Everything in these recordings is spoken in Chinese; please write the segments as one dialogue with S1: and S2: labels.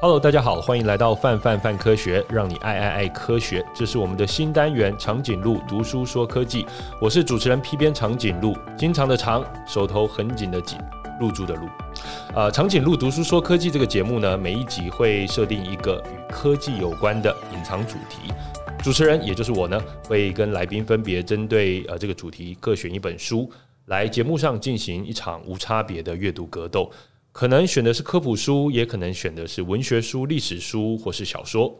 S1: Hello，大家好，欢迎来到范范范科学，让你爱爱爱科学。这是我们的新单元长颈鹿读书说科技，我是主持人 P 边长颈鹿，经常的长，手头很紧的紧，入住的入。呃，长颈鹿读书说科技这个节目呢，每一集会设定一个与科技有关的隐藏主题。主持人也就是我呢，会跟来宾分别针对呃这个主题各选一本书，来节目上进行一场无差别的阅读格斗。可能选的是科普书，也可能选的是文学书、历史书或是小说。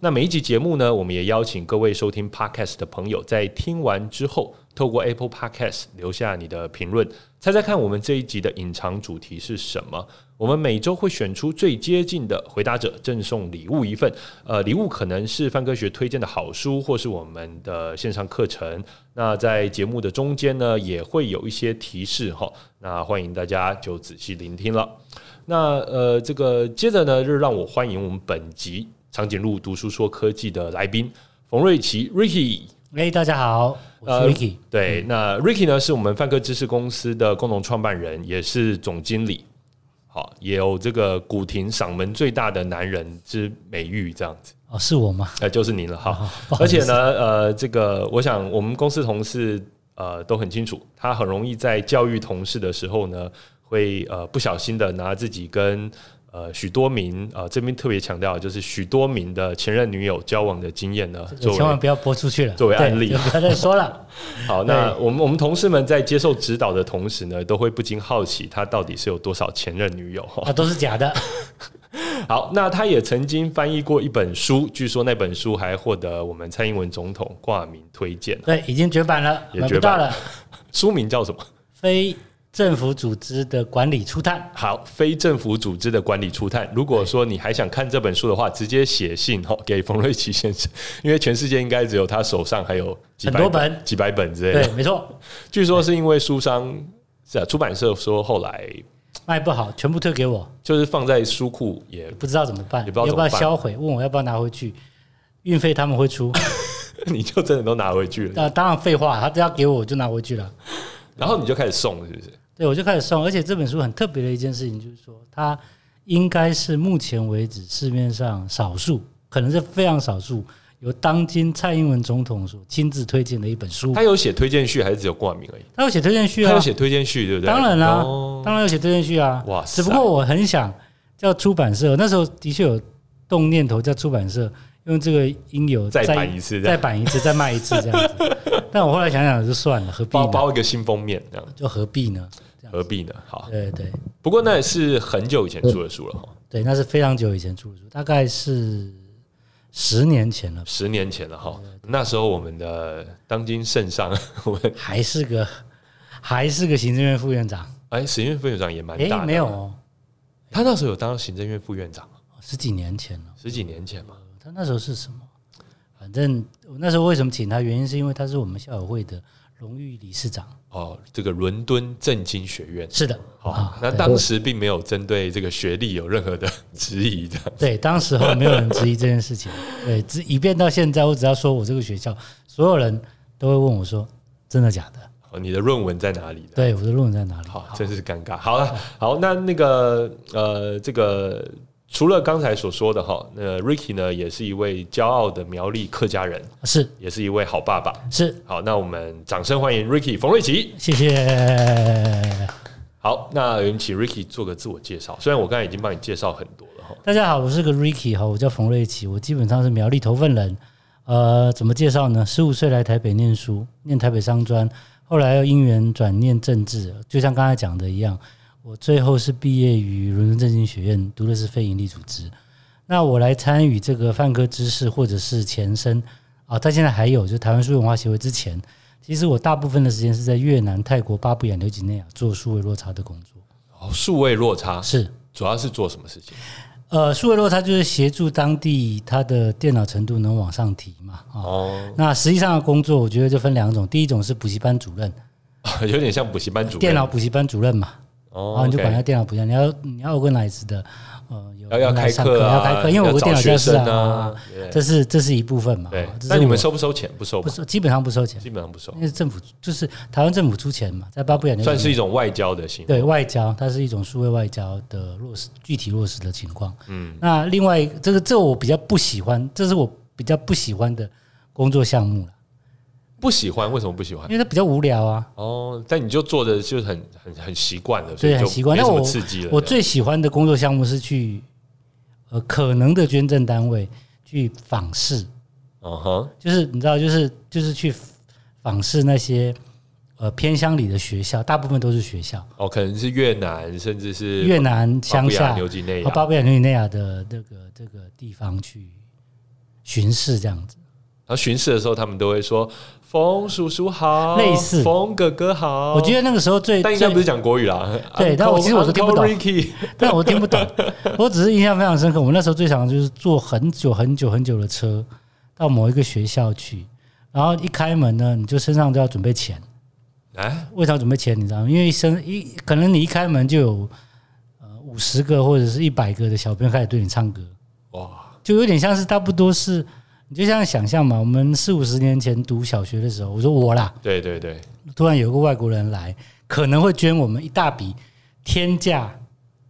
S1: 那每一集节目呢，我们也邀请各位收听 Podcast 的朋友，在听完之后，透过 Apple Podcast 留下你的评论，猜猜看我们这一集的隐藏主题是什么？我们每周会选出最接近的回答者，赠送礼物一份。呃，礼物可能是范科学推荐的好书，或是我们的线上课程。那在节目的中间呢，也会有一些提示哈。那欢迎大家就仔细聆听了。那呃，这个接着呢，就让我欢迎我们本集长颈鹿读书说科技的来宾冯瑞奇 Ricky。
S2: 哎、大家好，我
S1: 呃
S2: 是 Ricky。
S1: 对，那 Ricky 呢是我们泛科知识公司的共同创办人，也是总经理。好，也有这个古亭嗓门最大的男人之美誉，这样子，
S2: 哦，是我吗？
S1: 呃，就是您了哈。
S2: 哦不好
S1: 而
S2: 意思
S1: 且呢，呃，这个我想我们公司同事呃都很清楚，他很容易在教育同事的时候呢，会呃不小心的拿自己跟呃许多名啊、呃这边特别强调就是许多名的前任女友交往的经验呢，作为
S2: 千万不要播出去了，
S1: 作为
S2: 对
S1: 案例
S2: 就不要再 说了。
S1: 好，那我们我们同事们在接受指导的同时呢，都会不禁好奇他到底是有多少前任女友。
S2: 啊，都是假的。
S1: 好，那他也曾经翻译过一本书，据说那本书还获得我们蔡英文总统挂名推荐。
S2: 对，已经绝版了，
S1: 也
S2: 买
S1: 绝
S2: 不
S1: 版
S2: 到了。
S1: 书名叫什么？
S2: 非政府组织的管理初探，
S1: 好，非政府组织的管理初探。如果说你还想看这本书的话，直接写信哦给冯瑞奇先生， 因为全世界应该只有他手上还有几百
S2: 很多本
S1: 几百本之类
S2: 对
S1: 的。，
S2: 没错，
S1: 据说是因为书商是啊，出版社说后来
S2: 卖不好，全部退给我，
S1: 就是放在书库也
S2: 不知道怎么办，
S1: 也不知道
S2: 要
S1: 怎么
S2: 不要
S1: 办
S2: 销毁？问我要不要拿回去，运费他们会出。
S1: 你就真的都拿回去了，
S2: 那当然废话，他只要给我，我就拿回去了。
S1: 然后你就开始送，是不是？
S2: 对，我就开始送。而且这本书很特别的一件事情，就是说它应该是目前为止市面上少数，可能是非常少数，由当今蔡英文总统所亲自推荐的一本书。
S1: 他有写推荐序还是只有挂名而已？
S2: 他有写推荐序
S1: 他
S2: 嗯啊
S1: 有，写推荐序，对不对？
S2: 当然啦、
S1: 哦
S2: 当然有写推荐序啊。
S1: 哇塞
S2: 只不过我很想叫出版社，那时候的确有动念头叫出版社用这个应有
S1: 再版一次，这
S2: 再
S1: 样
S2: 版一次，再卖一次这样子。 但我后来想想就算了，何必
S1: 包
S2: 呢？
S1: 包一个新封面，这样
S2: 就何必呢？
S1: 何必呢？好，
S2: 对对。
S1: 不过那也是很久以前出的书了哈，
S2: 对，那是非常久以前出的书，大概是十年前了，
S1: 十年前了哈。那时候我们的当今圣上， 我们
S2: 还是个还是个行政院副院长。
S1: 哎，行政院副院长也蛮
S2: 诶，
S1: 大
S2: 没
S1: 的，
S2: 有哦，
S1: 他那时候有当行政院副院长，
S2: 十几年前了。
S1: 十几年前嘛。
S2: 他那时候是什么？反正我那时候为什么请他，原因是因为他是我们校友会的荣誉理事长。
S1: 哦，这个伦敦政经学院，
S2: 是的，
S1: 好
S2: 啊，
S1: 那
S2: 对
S1: 当时并没有针对这个学历有任何的质疑的。
S2: 对，当时候没有人质疑这件事 情。对，只以便到现在，我只要说我这个学校，所有人都会问我说：“真的假的
S1: 哦你的论文在哪里？”呢？
S2: 对，我的论文在哪里？
S1: 好，真是尴尬。好了，好，那那个呃，这个除了刚才所说的哈，那 Ricky 呢，也是一位骄傲的苗栗客家人，
S2: 啊是
S1: 也是一位好爸爸。
S2: 是，
S1: 好，那我们掌声欢迎 Ricky 冯瑞琪。
S2: 谢谢。
S1: 好，那我们请 Ricky 做个自我介绍。虽然我刚才已经帮你介绍很多了哈，
S2: 大家好，我是个 Ricky 哈，我叫冯瑞奇，我基本上是苗栗头份人。呃，怎么介绍呢？十五岁来台北念书，念台北商专，后来又因缘转念政治，就像刚才讲的一样，我最后是毕业于伦敦政经学院，读的是非营利组织。那我来参与这个泛科知识，或者是前身啊，在现在还有就是台湾书文化协会之前，其实我大部分的时间是在越南、泰国、巴布亚、纽几内亚做数位落差的工作。
S1: 哦，数位落差
S2: 是，
S1: 主要是做什么事情？
S2: 呃，数位落差就是协助当地他的电脑程度能往上提嘛。啊、
S1: 哦，
S2: 那实际上的工作，我觉得就分两种，第一种是补习班主任，
S1: 有点像补习班主任
S2: 电脑补习班主任嘛，
S1: 哦
S2: 然后你就管
S1: OK
S2: 他电脑不一样，你要你要 organize 的，呃，有
S1: 要要
S2: 来
S1: 开
S2: 上
S1: 课啊，
S2: 要开课，因为我有
S1: 要
S2: 个
S1: 找
S2: 电脑教
S1: 学
S2: 室
S1: 生
S2: 啊，啊
S1: 啊，对
S2: 这是这是一部分嘛。
S1: 对
S2: 啊这。是
S1: 那你
S2: 我
S1: 们收不收钱？不收
S2: 不
S1: 吧，
S2: 收？基本上不收钱，
S1: 基本上不收
S2: 因，为政府就是台湾政府出钱嘛，在八部两年
S1: 算是一种外交的行为。
S2: 对外交，它是一种数位外交的落实具体落实的情况。嗯，那另外这个这我比较不喜欢，这是我比较不喜欢的工作项目了，
S1: 不喜欢，为什么不喜欢
S2: 因？为它比较无聊啊。
S1: 哦，但你就做的就是很很很习惯了，所
S2: 对
S1: 以就
S2: 很习惯
S1: 没什
S2: 那
S1: 么刺激了。
S2: 我
S1: 这样
S2: 最喜欢的工作项目是去呃可能的捐赠单位去访视，
S1: 嗯哼，
S2: 就是你知道，就是就是去访视那些呃偏乡里的学校，大部分都是学校，
S1: 哦，可能是越南，甚至是
S2: 越南
S1: 巴
S2: 乡
S1: 布亚
S2: 下哦
S1: 纽啊几内
S2: 和
S1: 亚，
S2: 巴布亚纽几内亚的这个这个地方去巡视这样子。
S1: 然后巡视的时候，他们都会说“冯叔叔好”，
S2: 类似
S1: 冯哥哥好”。
S2: 我觉得那个时候最
S1: 哦但应该不
S2: 最，
S1: 是讲国语啦。
S2: 对
S1: Uncle-
S2: 但我其实我都听不懂
S1: Uncle Ricky
S2: 但我听 不懂，我只是印象非常深刻。我们那时候最常就是坐很久很久很久的车到某一个学校去，然后一开门呢，你就身上就要准备钱。
S1: 哎，
S2: 为啥准备钱？你知道吗？因为一生一可能你一开门就有呃五十个或者是一百个的小朋友开始对你唱歌，
S1: 哇，
S2: 就有点像是差不多是你就像想象嘛，我们四五十年前读小学的时候，我说我啦，
S1: 对对对，
S2: 突然有一个外国人来，可能会捐我们一大笔天价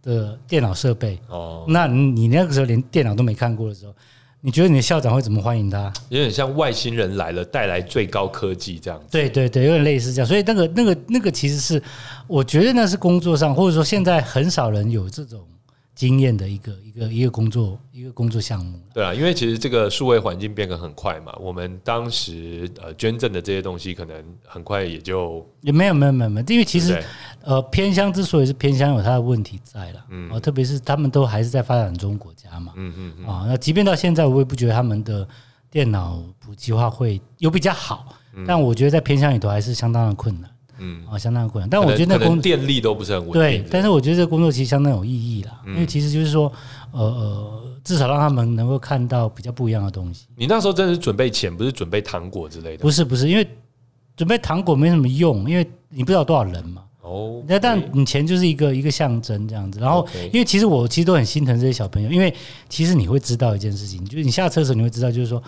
S2: 的电脑设备，
S1: 哦，
S2: 那你你那个时候连电脑都没看过的时候，你觉得你的校长会怎么欢迎他？
S1: 有点像外星人来了，带来最高科技这样子。
S2: 对对对，有点类似这样。所以那个那个那个其实是，我觉得那是工作上，或者说现在很少人有这种经验的一个一个一个工作一个工作项目。
S1: 对啊，因为其实这个数位环境变得很快嘛，我们当时呃捐赠的这些东西，可能很快也就
S2: 也没有没有没有没有，因为其
S1: 对
S2: 实
S1: 不对
S2: 呃偏乡之所以是偏乡，有它的问题在了。嗯，哦，特别是他们都还是在发展中国家嘛。
S1: 嗯嗯嗯，
S2: 啊、那即便到现在，我也不觉得他们的电脑普及化会有比较好，但我觉得在偏乡里头还是相当的困难。
S1: 嗯
S2: 嗯，啊、相当的困难。但我觉得那
S1: 可能可
S2: 工
S1: 能电力都不是很稳
S2: 对
S1: 定。，嗯
S2: 但是我觉得这个工作其实相当有意义啦，因为其实就是说，呃呃，至少让他们能够看到比较不一样的东西。
S1: 你那时候真的是准备钱，不是准备糖果之类的
S2: 不是不是，因为准备糖果没什么用，因为你不知道多少人嘛。
S1: 哦。
S2: 那但你钱就是一个一个象征这样子。然后
S1: OK，
S2: 因为其实我其实都很心疼这些小朋友，因为其实你会知道一件事情，就是你下车的时候你会知道，就是说，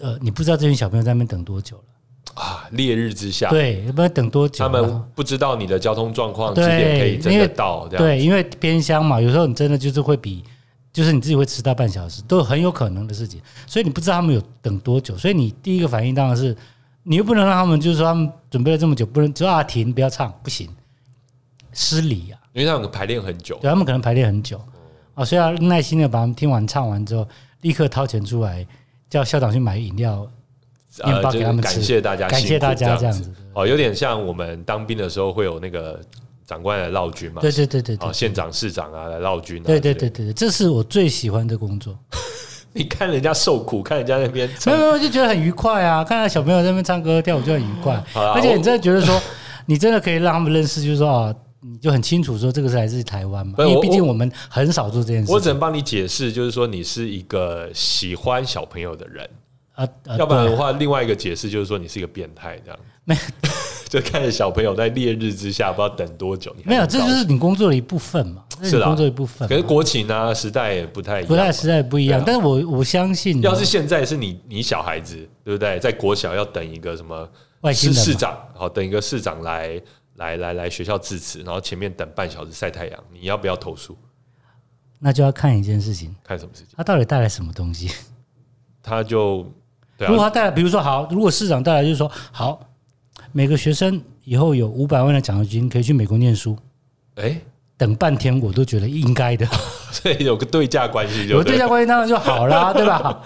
S2: 呃，你不知道这群小朋友在那边等多久了，
S1: 啊，烈日之下，
S2: 对，要不然等多久？
S1: 他
S2: 然后
S1: 们不知道你的交通状况几
S2: 对
S1: 点可以真
S2: 因
S1: 的
S2: 为
S1: 到，这样
S2: 对，因为偏乡嘛，有时候你真的就是会比，就是你自己会迟到半小时，都很有可能的事情。所以你不知道他们有等多久，所以你第一个反应当然是，你又不能让他们就是说他们准备了这么久，不能就啊停，不要唱，不行，失礼啊。
S1: 因为他们排练很久，
S2: 对他们可能排练很
S1: 嗯
S2: 久啊，所以要耐心的把他们听完唱完之后，立刻掏钱出来，叫校长去买饮料，面
S1: 呃，
S2: 包
S1: 就
S2: 给
S1: 是
S2: 他们
S1: 感
S2: 吃
S1: 谢大家，
S2: 感谢大家
S1: 这
S2: 这样
S1: 子。
S2: 子。
S1: 哦，有点像我们当兵的时候会有那个长官来绕军嘛，
S2: 对对对对对
S1: 哦，，县长、市长啊来绕军啊，
S2: 对对对对对，这是我最喜欢的工 作。
S1: 你看人家受苦，看人家那边
S2: 没有没有，就觉得很愉快啊！看到小朋友在那边唱歌跳舞就很愉快，
S1: 好啦
S2: 而且你真的觉得说，你真的可以让他们认识，就是说啊，你就很清楚说这个是来自台湾嘛，
S1: 不是
S2: 因为
S1: 我
S2: 毕竟我们很少做这件
S1: 我
S2: 事
S1: 只能帮你解释，就是说你是一个喜欢小朋友的人，
S2: 啊，啊
S1: 要不然
S2: 对
S1: 的
S2: 啊
S1: 话，另外一个解释就是说你是一个变态这样
S2: 没。
S1: 就看着小朋友在烈日之下不知道等多久，你还
S2: 没有，
S1: 能
S2: 这就
S1: 高兴
S2: 是你工作的一部分嘛，这
S1: 是
S2: 你
S1: 啦
S2: 工作的一部分
S1: 可是
S2: 嘛，
S1: 国情啊时代也不太一样嘛，
S2: 不太时代不一样
S1: 对啊。
S2: 但是我我相信，
S1: 要是现在是你你小孩子，对不对？在国小要等一个什么
S2: 外星
S1: 市
S2: 人
S1: 市
S2: 嘛
S1: 长，好等一个市长来来来来学校致辞，然后前面等半小时晒太阳，你要不要投诉？
S2: 那就要看一件事情，
S1: 看什么事情？
S2: 它到底带来什么东西。
S1: 他就对
S2: 如果
S1: 啊，
S2: 他带来，比如说好，如果市长带来就是说好，每个学生以后有五百万的奖学金可以去美国念书，
S1: 哎，
S2: 等半天我都觉得应该的。
S1: 所以有个对价关系，就
S2: 有对价关系当然就好 啦，对吧？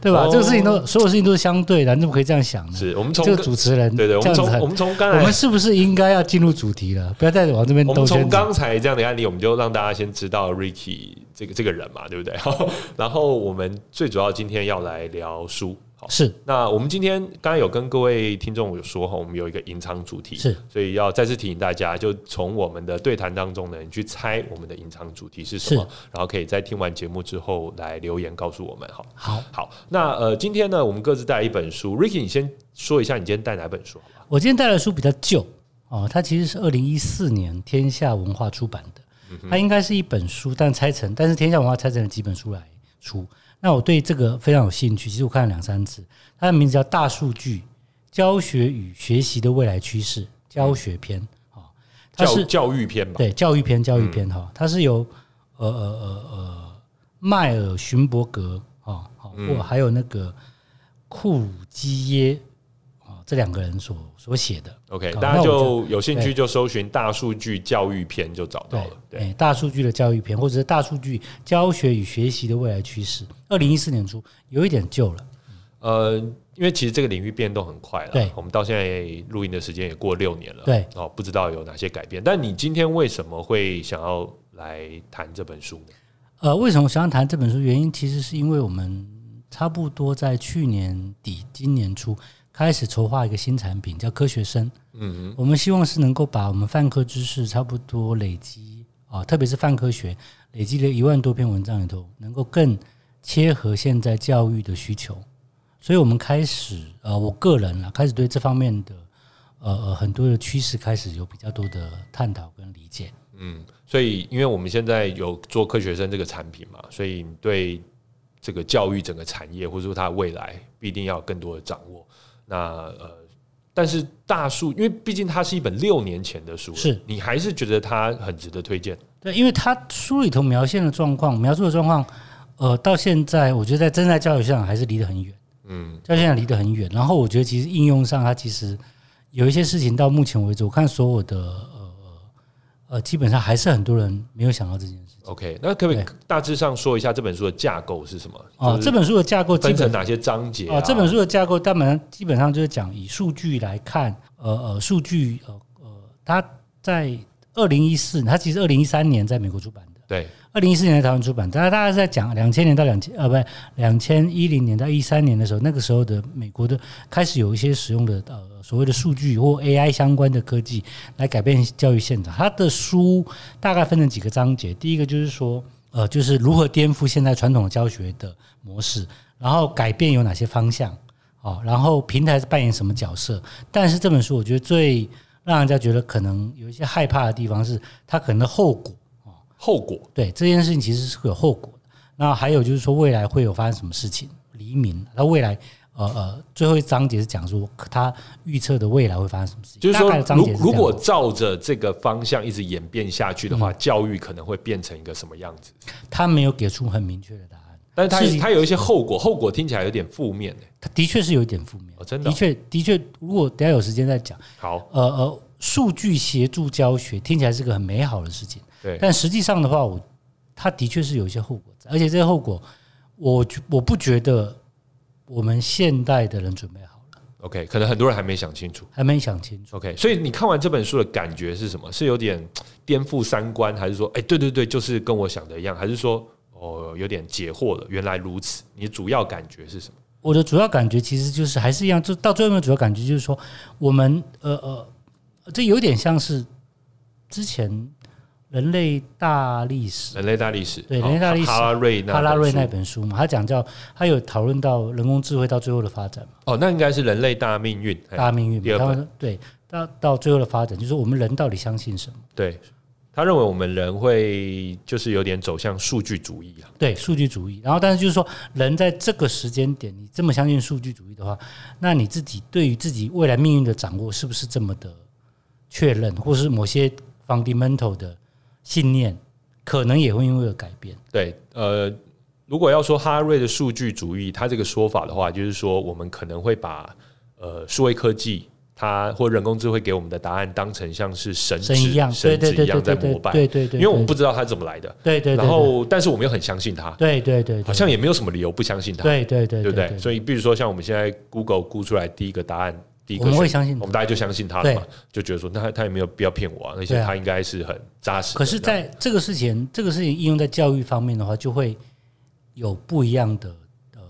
S2: 对吧？
S1: 哦
S2: 这个事情都所有事情都是相对的，你怎么可以这样想呢？
S1: 是我们从
S2: 这个主持人
S1: 对对，我
S2: 这
S1: 们
S2: 样
S1: 从
S2: 子很
S1: 我，们从刚
S2: 我
S1: 才
S2: 们是不是应该要进入主题了？不要再往这边
S1: 我
S2: 兜
S1: 们
S2: 圈
S1: 从
S2: 子。
S1: 刚才这样的案例，我们就让大家先知道 Ricky 这个这个人嘛，对不对？ 然后我们最主要今天要来聊书，好。
S2: 是
S1: 那我们今天刚才有跟各位听众有说哈，我们有一个隐藏主题，
S2: 是，
S1: 所以要再次提醒大家，就从我们的对谈当中呢，你去猜我们的隐藏主题是什么，然后可以在听完节目之后来留言告诉我们哈。
S2: 好，
S1: 好，那呃，今天呢，我们各自带来一本书，Ricky，你先说一下你今天带哪本书好不好？
S2: 我今天带来的书比较旧，哦，它其实是二零一四年天下文化出版的，它应该是一本书，但拆成，但是天下文化拆成了几本书来出。那我对这个非常有兴趣，其实我看了两三次。它的名字叫《大数据教学与学习的未来趋势》教学篇啊、哦，它
S1: 教
S2: 是
S1: 教育篇吧？
S2: 对教育篇，教育篇哈、它是由呃呃呃呃迈尔勋伯格啊，哦或还有那个库鲁基耶啊、哦这两个人所所写的。
S1: OK，
S2: 好
S1: 大
S2: 那
S1: 家
S2: 我
S1: 就有兴趣就搜寻大数据教育篇就找到了。对，
S2: 哎大数据的教育篇，或者是大数据教学与学习的未来趋势，二零一四年出，有一点旧了。
S1: 呃，因为其实这个领域变动很快了，
S2: 对
S1: 我们到现在录音的时间也过六年了，
S2: 对，
S1: 哦，不知道有哪些改变。但你今天为什么会想要来谈这本书呢？
S2: 呃，为什么想要谈这本书？原因其实是因为我们差不多在去年底、今年初开始筹划一个新产品，叫科学生。嗯我们希望是能够把我们泛科知识差不多累积啊，特别是泛科学累积了一万多篇文章里头，能够更切合现在教育的需求。所以我们开始，呃，我个人啊，开始对这方面的呃呃很多的趋势开始有比较多的探讨跟理解。
S1: 所以，因为我们现在有做科学生这个产品嘛，所以你对这个教育整个产业，或者说它未来，必定要有更多的掌握。那呃，但是大数，因为毕竟它是一本六年前的书了，
S2: 是
S1: 你还是觉得它很值得推荐？
S2: 对，因为他书里头描现的状况，描述的状况，呃，到现在我觉得在正在教育上还是离得很远，
S1: 嗯，
S2: 教育现在离得很远。然后我觉得其实应用上，它其实有一些事情到目前为止，我看所有的呃呃，基本上还是很多人没有想到这件事。
S1: OK，那可不可以
S2: 对
S1: 大致上说一下这本书的架构是什么？
S2: 哦，
S1: 就是
S2: 这本书的架构基
S1: 分成
S2: 本
S1: 哪些章节、啊
S2: 哦，这本书的架构，当然基本上就是讲以数据来看，呃呃，数据呃呃，它在二零一四，它其实二零一三年在美国出版的。
S1: 对，
S2: 二零一四年在台湾出版，大家大家是在讲两千年到两千呃，不，两千一零年到一三年的时候，那个时候的美国的开始有一些使用的呃所谓的数据或 AI 相关的科技来改变教育现场。他的书大概分成几个章节，第一个就是说呃，就是如何颠覆现在传统的教学的模式，然后改变有哪些方向，哦，然后平台是扮演什么角色。但是这本书我觉得最让人家觉得可能有一些害怕的地方是，它可能的后果。
S1: 后果
S2: 对这件事情其实是会有后果的。那还有就是说，未来会有发生什么事情？黎明，那未来呃呃，最后一章节是讲说他预测的未来会发生什么事情。
S1: 就是
S2: 大概
S1: 说
S2: 的，章
S1: 如
S2: 节是这
S1: 如
S2: 样嗯
S1: 果照着这个方向一直演变下去的话，教育可能会变成一个什么样子？
S2: 他没有给出很明确的答案，
S1: 但是它
S2: 事情
S1: 它有一些后果，后果听起来有点负面欸
S2: 他的确是有一点负面。
S1: 哦真的哦
S2: 的确的确，如果等一下有时间再讲。
S1: 好，
S2: 呃呃，数据协助教学听起来是个很美好的事情，
S1: 对，
S2: 但实际上的话，我它的确是有一些后果在，而且这些后果，我觉我不觉得我们现代的人准备好了，
S1: OK，可能很多人还没想清楚。
S2: 还没想清楚。
S1: OK，所以你看完这本书的感觉是什么？是有点嘖颠覆三观，还是说，哎、对对对，就是跟我想的一样，还是说，哦，有点解惑了，原来如此？你主要感觉是什么？
S2: 我的主要感觉其实就是还是一样，就到最后面主要感觉就是说，我们呃呃，这有点像是之前人类大历史
S1: 人类大历史，
S2: 对
S1: 好
S2: 人类大历史
S1: 哈拉瑞那
S2: 哈拉瑞那
S1: 本书
S2: 本书嘛，他讲叫他有讨论到人工智慧到最后的发展嘛，
S1: 哦，那应该是人类大命运，哎
S2: 大命运
S1: 第二
S2: 嘛，他
S1: 本
S2: 们对到到最后的发展，就是我们人到底相信什么？
S1: 对。他认为我们人会就是有点走向数据主义了，啊
S2: 对，数据主义。然后，但是就是说，人在这个时间点，你这么相信数据主义的话，那你自己对于自己未来命运的掌握是不是这么的确认，或是某些 fundamental 的信念，可能也会因为而改变？
S1: 对，呃，如果要说哈瑞的数据主义，他这个说法的话，就是说我们可能会把呃数位科技。它或人工智慧给我们的答案当成像是神
S2: 神一
S1: 祗
S2: 样，对
S1: 神
S2: 对
S1: 祗
S2: 对
S1: 一样
S2: 对
S1: 在
S2: 对
S1: 膜拜，
S2: 对对对对，
S1: 因为我们不知道它怎么来的，
S2: 对对，对
S1: 然后但是我们又很相信它，
S2: 对对对，对
S1: 好像也没有什么理由不相信它，
S2: 对对对
S1: 对不对？
S2: 对，
S1: 所以比如说像我们现在 Google 估出来第一个答案，第一
S2: 我
S1: 个
S2: 们
S1: 选
S2: 会相信
S1: 我。们大家就相信它了嘛，就觉得说那他他也没有必要骗我啊，那些
S2: 对啊
S1: 他应该是很扎实的。
S2: 可是，在这个事情，这个事情应用在教育方面的话，就会有不一样的呃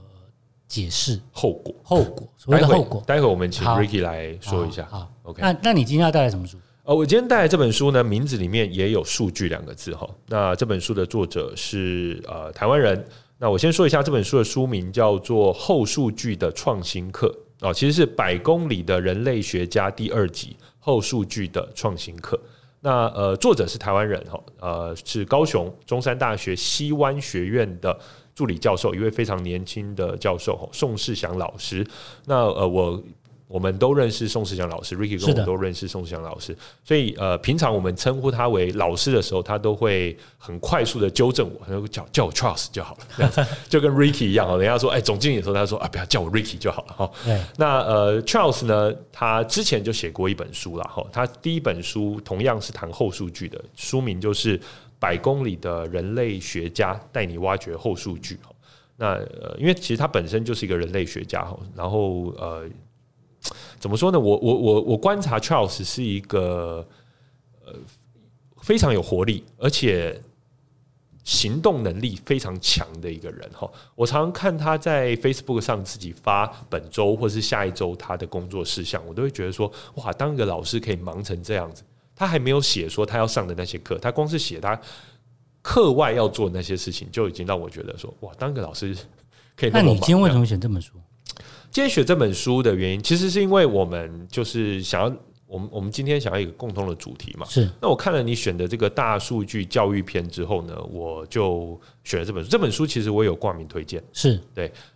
S2: 解释
S1: 那后果，
S2: 后果，所谓的
S1: 待会
S2: 后果。
S1: 待会我们请
S2: 好
S1: Ricky 来说一下。
S2: 好好
S1: OK
S2: 那那你今天要带来什么书？
S1: 呃，我今天带来这本书呢，名字里面也有“数据”两个字哈。那这本书的作者是呃台湾人。那我先说一下这本书的书名叫做《后数据的创新课》啊、哦，其实是《百公里的人类学家》第二集。后数据的创新课。那呃，作者是台湾人哈，呃，是高雄中山大学西湾学院的助理教授，一位非常年轻的教授哈，宋世祥老师。那呃，我我们都认识宋世祥老师，Ricky 跟
S2: 是
S1: 我
S2: 的
S1: 们都认识宋世祥老师，所以呃，平常我们称呼他为老师的时候，他都会很快速的纠正我，他就叫叫我 Charles 就好了，这样子就跟 Ricky 一样哦。人家说哎，总经理的时候，他说啊，不要叫我 Ricky 就好了哈。哦
S2: 对，
S1: 那呃，Charles 呢，他之前就写过一本书了哈，齁他第一本书同样是谈后数据的，书名就是《百公里的人类学家带你挖掘后数据》齁那呃，因为其实他本身就是一个人类学家哈，齁然后呃，怎么说呢？我我我我观察 Charles 是一个呃非常有活力，而且行动能力非常强的一个人哈。我常常看他在 Facebook 上自己发本周或是下一周他的工作事项，我都会觉得说，哇，当一个老师可以忙成这样子。他还没有写说他要上的那些课，他光是写他课外要做那些事情，就已经让我觉得说，哇，当个老师可以
S2: 那
S1: 么
S2: 你
S1: 忙
S2: 今天为
S1: 这样
S2: 什么选这本书？
S1: 今天选这本书的原因，其实是因为我们就是想要，我们我们今天想要一个共同的主题嘛。
S2: 是
S1: 那我看了你选的这个大数据教育篇之后呢，我就选了这本书。这本书其实我有挂名推荐。
S2: 是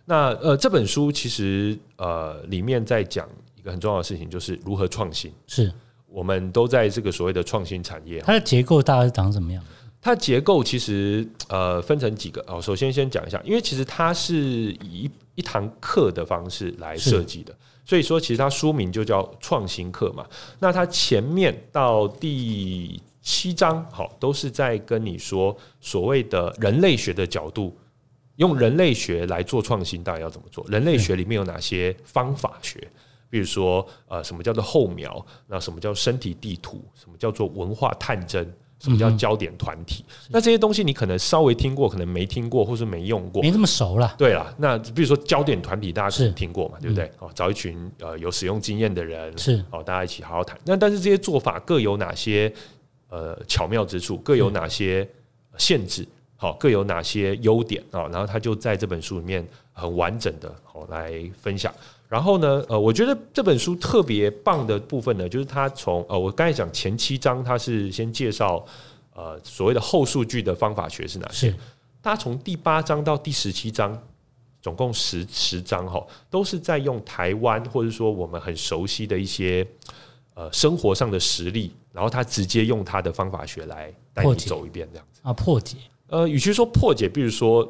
S1: 那呃，这本书其实呃里面在讲一个很重要的事情，就是如何创新。
S2: 是，
S1: 我们都在这个所谓的创新产业，
S2: 它的结构大概是长什么样？
S1: 它结构其实呃分成几个哦。首先先讲一下，因为其实它是以一一堂课的方式来设计的，所以说其实它书名就叫创新课嘛。那它前面到第七章，好，都是在跟你说所谓的人类学的角度。用人类学来做创新，到底要怎么做？人类学里面有哪些方法学？比如说，呃，什么叫做后苗？那什么叫身体地图？什么叫做文化探针？什么叫焦点团体？那这些东西你可能稍微听过，可能没听过，或是没用过。
S2: 没这么熟啦。
S1: 对啦，那比如说焦点团体，大家可能
S2: 是嗯
S1: 听过嘛，对不对？哦，找一群呃有使用经验的人，
S2: 是
S1: 哦，大家一起好好谈。那但是这些做法各有哪些呃巧妙之处，各有
S2: 嗯
S1: 哪些呃限制，好、各有哪些优点啊、然后他就在这本书里面很完整的好、来分享。然后呢，呃，我觉得这本书特别棒的部分呢，就是它从呃，我刚才讲前七章，它是先介绍呃所谓的后数据的方法学是哪些，
S2: 是
S1: 它从第八章到第十七章，总共十十章哈，都是在用台湾或者说我们很熟悉的一些呃生活上的实例，然后他直接用他的方法学来带你
S2: 破解
S1: 走一遍这样子。
S2: 啊，破解
S1: 呃，与其说破解，比如说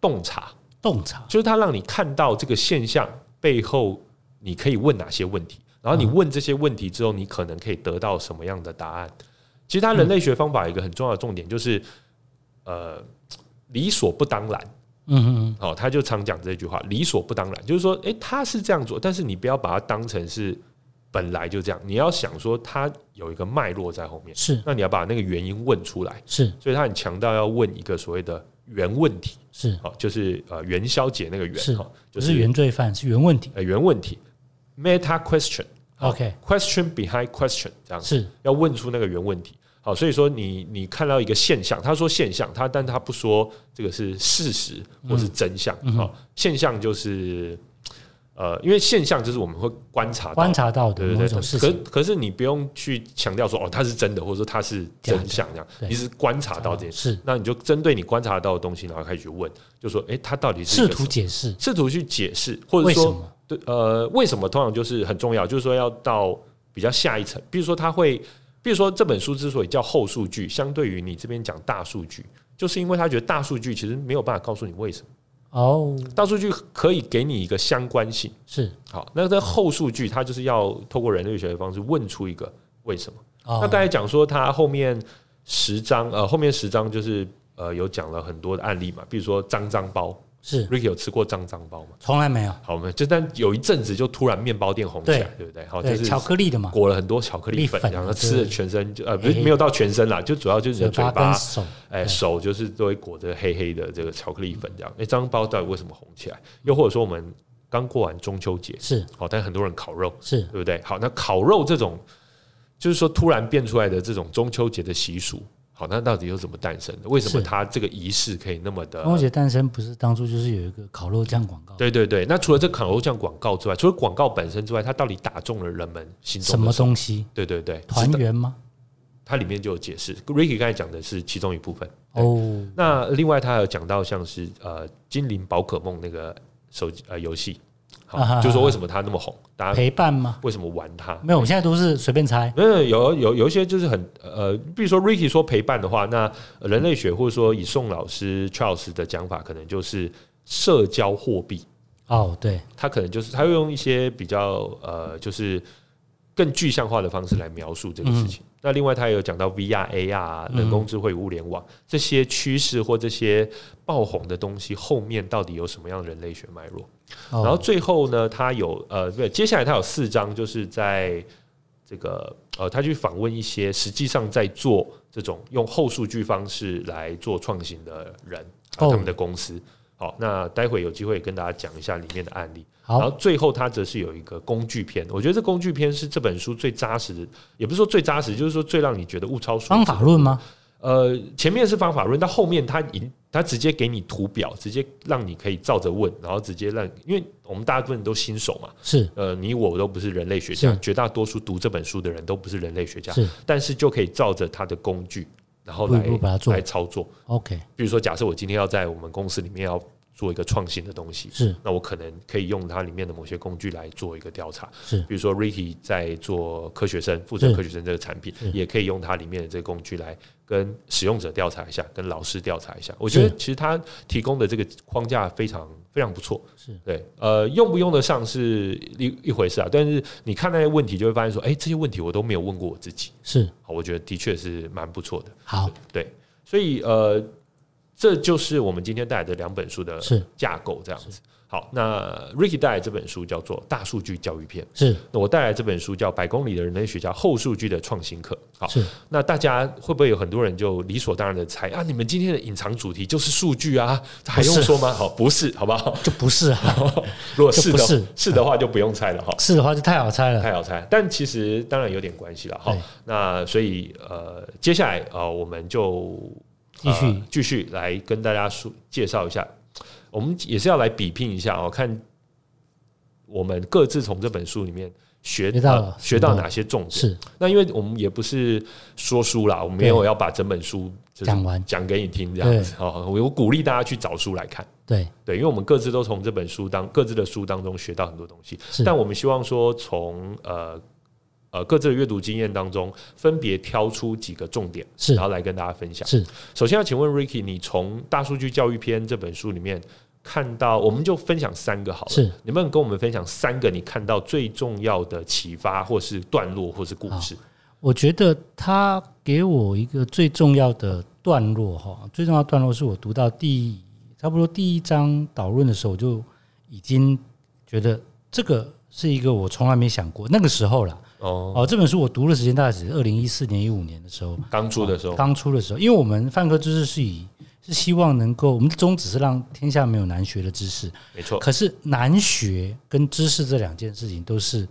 S1: 洞察，
S2: 洞察
S1: 就是他让你看到这个现象背后，你可以问哪些问题，然后你问这些问题之后，你可能可以得到什么样的答案。其实，他人类学方法有一个很重要的重点就是，呃，理所不当然。嗯嗯，好，他就常讲这句话，理所不当然，就是说，诶，他是这样做，但是你不要把它当成是本来就这样，你要想说他有一个脉络在后面，
S2: 是
S1: 那你要把那个原因问出来。
S2: 是
S1: 所以他很强调要问一个所谓的原问题，
S2: 是，
S1: 好，就是呃元宵节那个元，
S2: 是
S1: 哈，
S2: 不
S1: 就是
S2: 原罪犯，是原问题。
S1: 呃原问题，meta question，好
S2: OK
S1: question behind question 这样子，
S2: 是
S1: 要问出那个原问题。好，所以说你你看到一个现象，他说现象，他但他不说这个是事实或
S2: 嗯
S1: 是真相。好，现象就是呃，因为现象就是我们会观察到
S2: 观察到的
S1: 对对
S2: 某
S1: 对，
S2: 种
S1: 但
S2: 事
S1: 可
S2: 情，
S1: 可是你不用去强调说哦，它是真的，或者说它是真相这样，
S2: 对
S1: 你只是观察到这件事，
S2: 是
S1: 那你就针对你观察到的东西，然后开始去问，就说诶，它到底是一个
S2: 试图
S1: 什么
S2: 解释
S1: 试图去解释，或者
S2: 为什
S1: 说
S2: 么
S1: 对呃为什么，通常就是很重要，就是说要到比较下一层，比如说他会，比如说这本书之所以叫后数据，相对于你这边讲大数据，就是因为他觉得大数据其实没有办法告诉你为什么，
S2: 哦，
S1: 大数据可以给你一个相关性。
S2: 是
S1: 好，那这后数据它就是要透过人类学的方式问出一个为什么。那
S2: 哦，
S1: 刚才讲说它后面十章，呃，后面十章就是呃有讲了很多的案例嘛，比如说脏脏包
S2: 是
S1: ，Ricky 有吃过脏脏包吗？
S2: 从来没有
S1: 好，我们就但有一阵子就突然面包店红起来，对
S2: 对
S1: 不对？好，就
S2: 对
S1: 是
S2: 巧克力的嘛，
S1: 裹了很多巧克力粉
S2: 力，粉
S1: 然后
S2: 对
S1: 吃了全身就呃不是
S2: 嘿嘿
S1: 没有到全身啦，就主要就是你
S2: 嘴
S1: 的嘴
S2: 巴跟
S1: 巴，
S2: 手
S1: 哎
S2: 对
S1: 手就是都会裹着黑黑的这个巧克力粉这样。哎，张包到底为什么红起来？又或者说我们刚过完中秋节，
S2: 是
S1: 好，但很多人烤肉，
S2: 是
S1: 对不对？好，那烤肉这种就是说突然变出来的这种中秋节的习俗，好，那到底又怎么诞生的？为什么
S2: 是
S1: 它这个仪式可以那么的？
S2: 端午节诞生不是当初就是有一个烤肉酱广告，
S1: 呃对对对，那除了这烤肉酱广告之外，除了广告本身之外，它到底打中了人们心中
S2: 什么
S1: 的
S2: 东西？
S1: 对对对，
S2: 团
S1: 是的，
S2: 圆吗？
S1: 它里面就有解释。Ricky 刚才讲的是其中一部分。对
S2: 哦，
S1: 那另外他还有讲到像是呃精灵宝可梦那个手机呃游戏，好，
S2: 啊哈哈
S1: 就说为什么它那么红，大家
S2: 陪伴吗？
S1: 为什么玩它？
S2: 没有，我现在都是随便猜。
S1: 没有有有有一些就是很呃，比如说 Ricky 说陪伴的话，那呃人类学或者说以宋老师 Charles 的讲法，可能就是社交货币，
S2: 哦，对，
S1: 他可能就是他会用一些比较呃，就是更具象化的方式来描述这个事
S2: 嗯
S1: 情。那另外他也有讲到 VR、AR 啊、人工智慧与物联网、这些趋势或这些爆红的东西后面到底有什么样的人类学脉络？然后
S2: 哦，
S1: 最后呢，他有呃，对，接下来他有四章，就是在这个呃，他去访问一些实际上在做这种用后数据方式来做创新的人，啊
S2: 哦
S1: 他们的公司。好，那待会有机会跟大家讲一下里面的案例。然后
S2: 好，
S1: 最后它则是有一个工具篇，我觉得这工具篇是这本书最扎实的，也不是说最扎实，就是说最让你觉得物超所值。
S2: 方法论？吗？
S1: 呃，前面是方法论，到后面它引它直接给你图表，直接让你可以照着问，然后直接让，因为我们大部分人都新手嘛，
S2: 是
S1: 呃，你我都不是人类学家，
S2: 是
S1: 绝大多数读这本书的人都不是人类学家，
S2: 是
S1: 但是就可以照着它的工具，然后
S2: 一步一
S1: 来
S2: 步把它做
S1: 来操作。
S2: ，OK，
S1: 比如说，假设我今天要在我们公司里面要做一个创新的东西，
S2: 是
S1: 那我可能可以用它里面的某些工具来做一个调查，
S2: 是
S1: 比如说 Ricky 在做科学生，负责
S2: 是
S1: 科学生这个产品
S2: 是，
S1: 也可以用它里面的这个工具来跟使用者调查一下，跟老师调查一下。我觉得
S2: 是
S1: 其实它提供的这个框架非常非常不错，
S2: 是
S1: 对，呃，用不用得上是一一回事啊，但是你看那些问题就会发现说，哎、这些问题我都没有问过我自己，
S2: 是，
S1: 好，我觉得的确是蛮不错的。
S2: 好，
S1: 对，所以呃，这就是我们今天带来的两本书的
S2: 是
S1: 架构这样子。好，那 Ricky 带来这本书叫做《大数据教育篇》，
S2: 是
S1: 那我带来这本书叫《百公里的人类学家：后数据的创新课》。好，
S2: 是
S1: 那大家会不会有很多人就理所当然的猜啊？你们今天的隐藏主题就是数据啊？这还用
S2: 不是
S1: 说吗？好，不是，好不好？
S2: 就不是啊，
S1: 如果是的
S2: 就不是
S1: 是的话，就不用猜了哈。
S2: 是的话就太好猜了。
S1: 太好猜，但其实当然有点关系了哈
S2: 对。
S1: 那所以呃，接下来呃，我们就
S2: 继续
S1: 呃继续来跟大家说介绍一下，我们也是要来比拼一下哦，看我们各自从这本书里面学
S2: 学到
S1: 呃
S2: 了
S1: 学到哪些重点。
S2: 是
S1: 那因为我们也不是说书啦，我们没
S2: 对
S1: 有要把整本书就是
S2: 讲完
S1: 讲给你听这样子哦。我我鼓励大家去找书来看。
S2: 对，
S1: 对，因为我们各自都从这本书当各自的书当中学到很多东西，
S2: 是
S1: 但我们希望说从呃呃各自的阅读经验当中，分别挑出几个重点，
S2: 是
S1: 然后来跟大家分享。
S2: 是
S1: 首先要请问 Ricky，你从《大数据教育篇》这本书里面看到，我们就分享三个好了，
S2: 是
S1: 能不能跟我们分享三个你看到最重要的启发，或是段落，或是故事？
S2: 我觉得他给我一个最重要的段落哈，最重要的段落是我读到第差不多第一章导论的时候，我就已经觉得这个是一个我从来没想过那个时候啦。
S1: 哦，
S2: 哦，这本书我读的时间大概只是二零一四年一五年的时候，
S1: 刚出的时候，
S2: 刚出的时候，因为我们泛科知识是以是希望能够我们的宗旨是让天下没有难学的知识，
S1: 没错，
S2: 可是难学跟知识这两件事情都是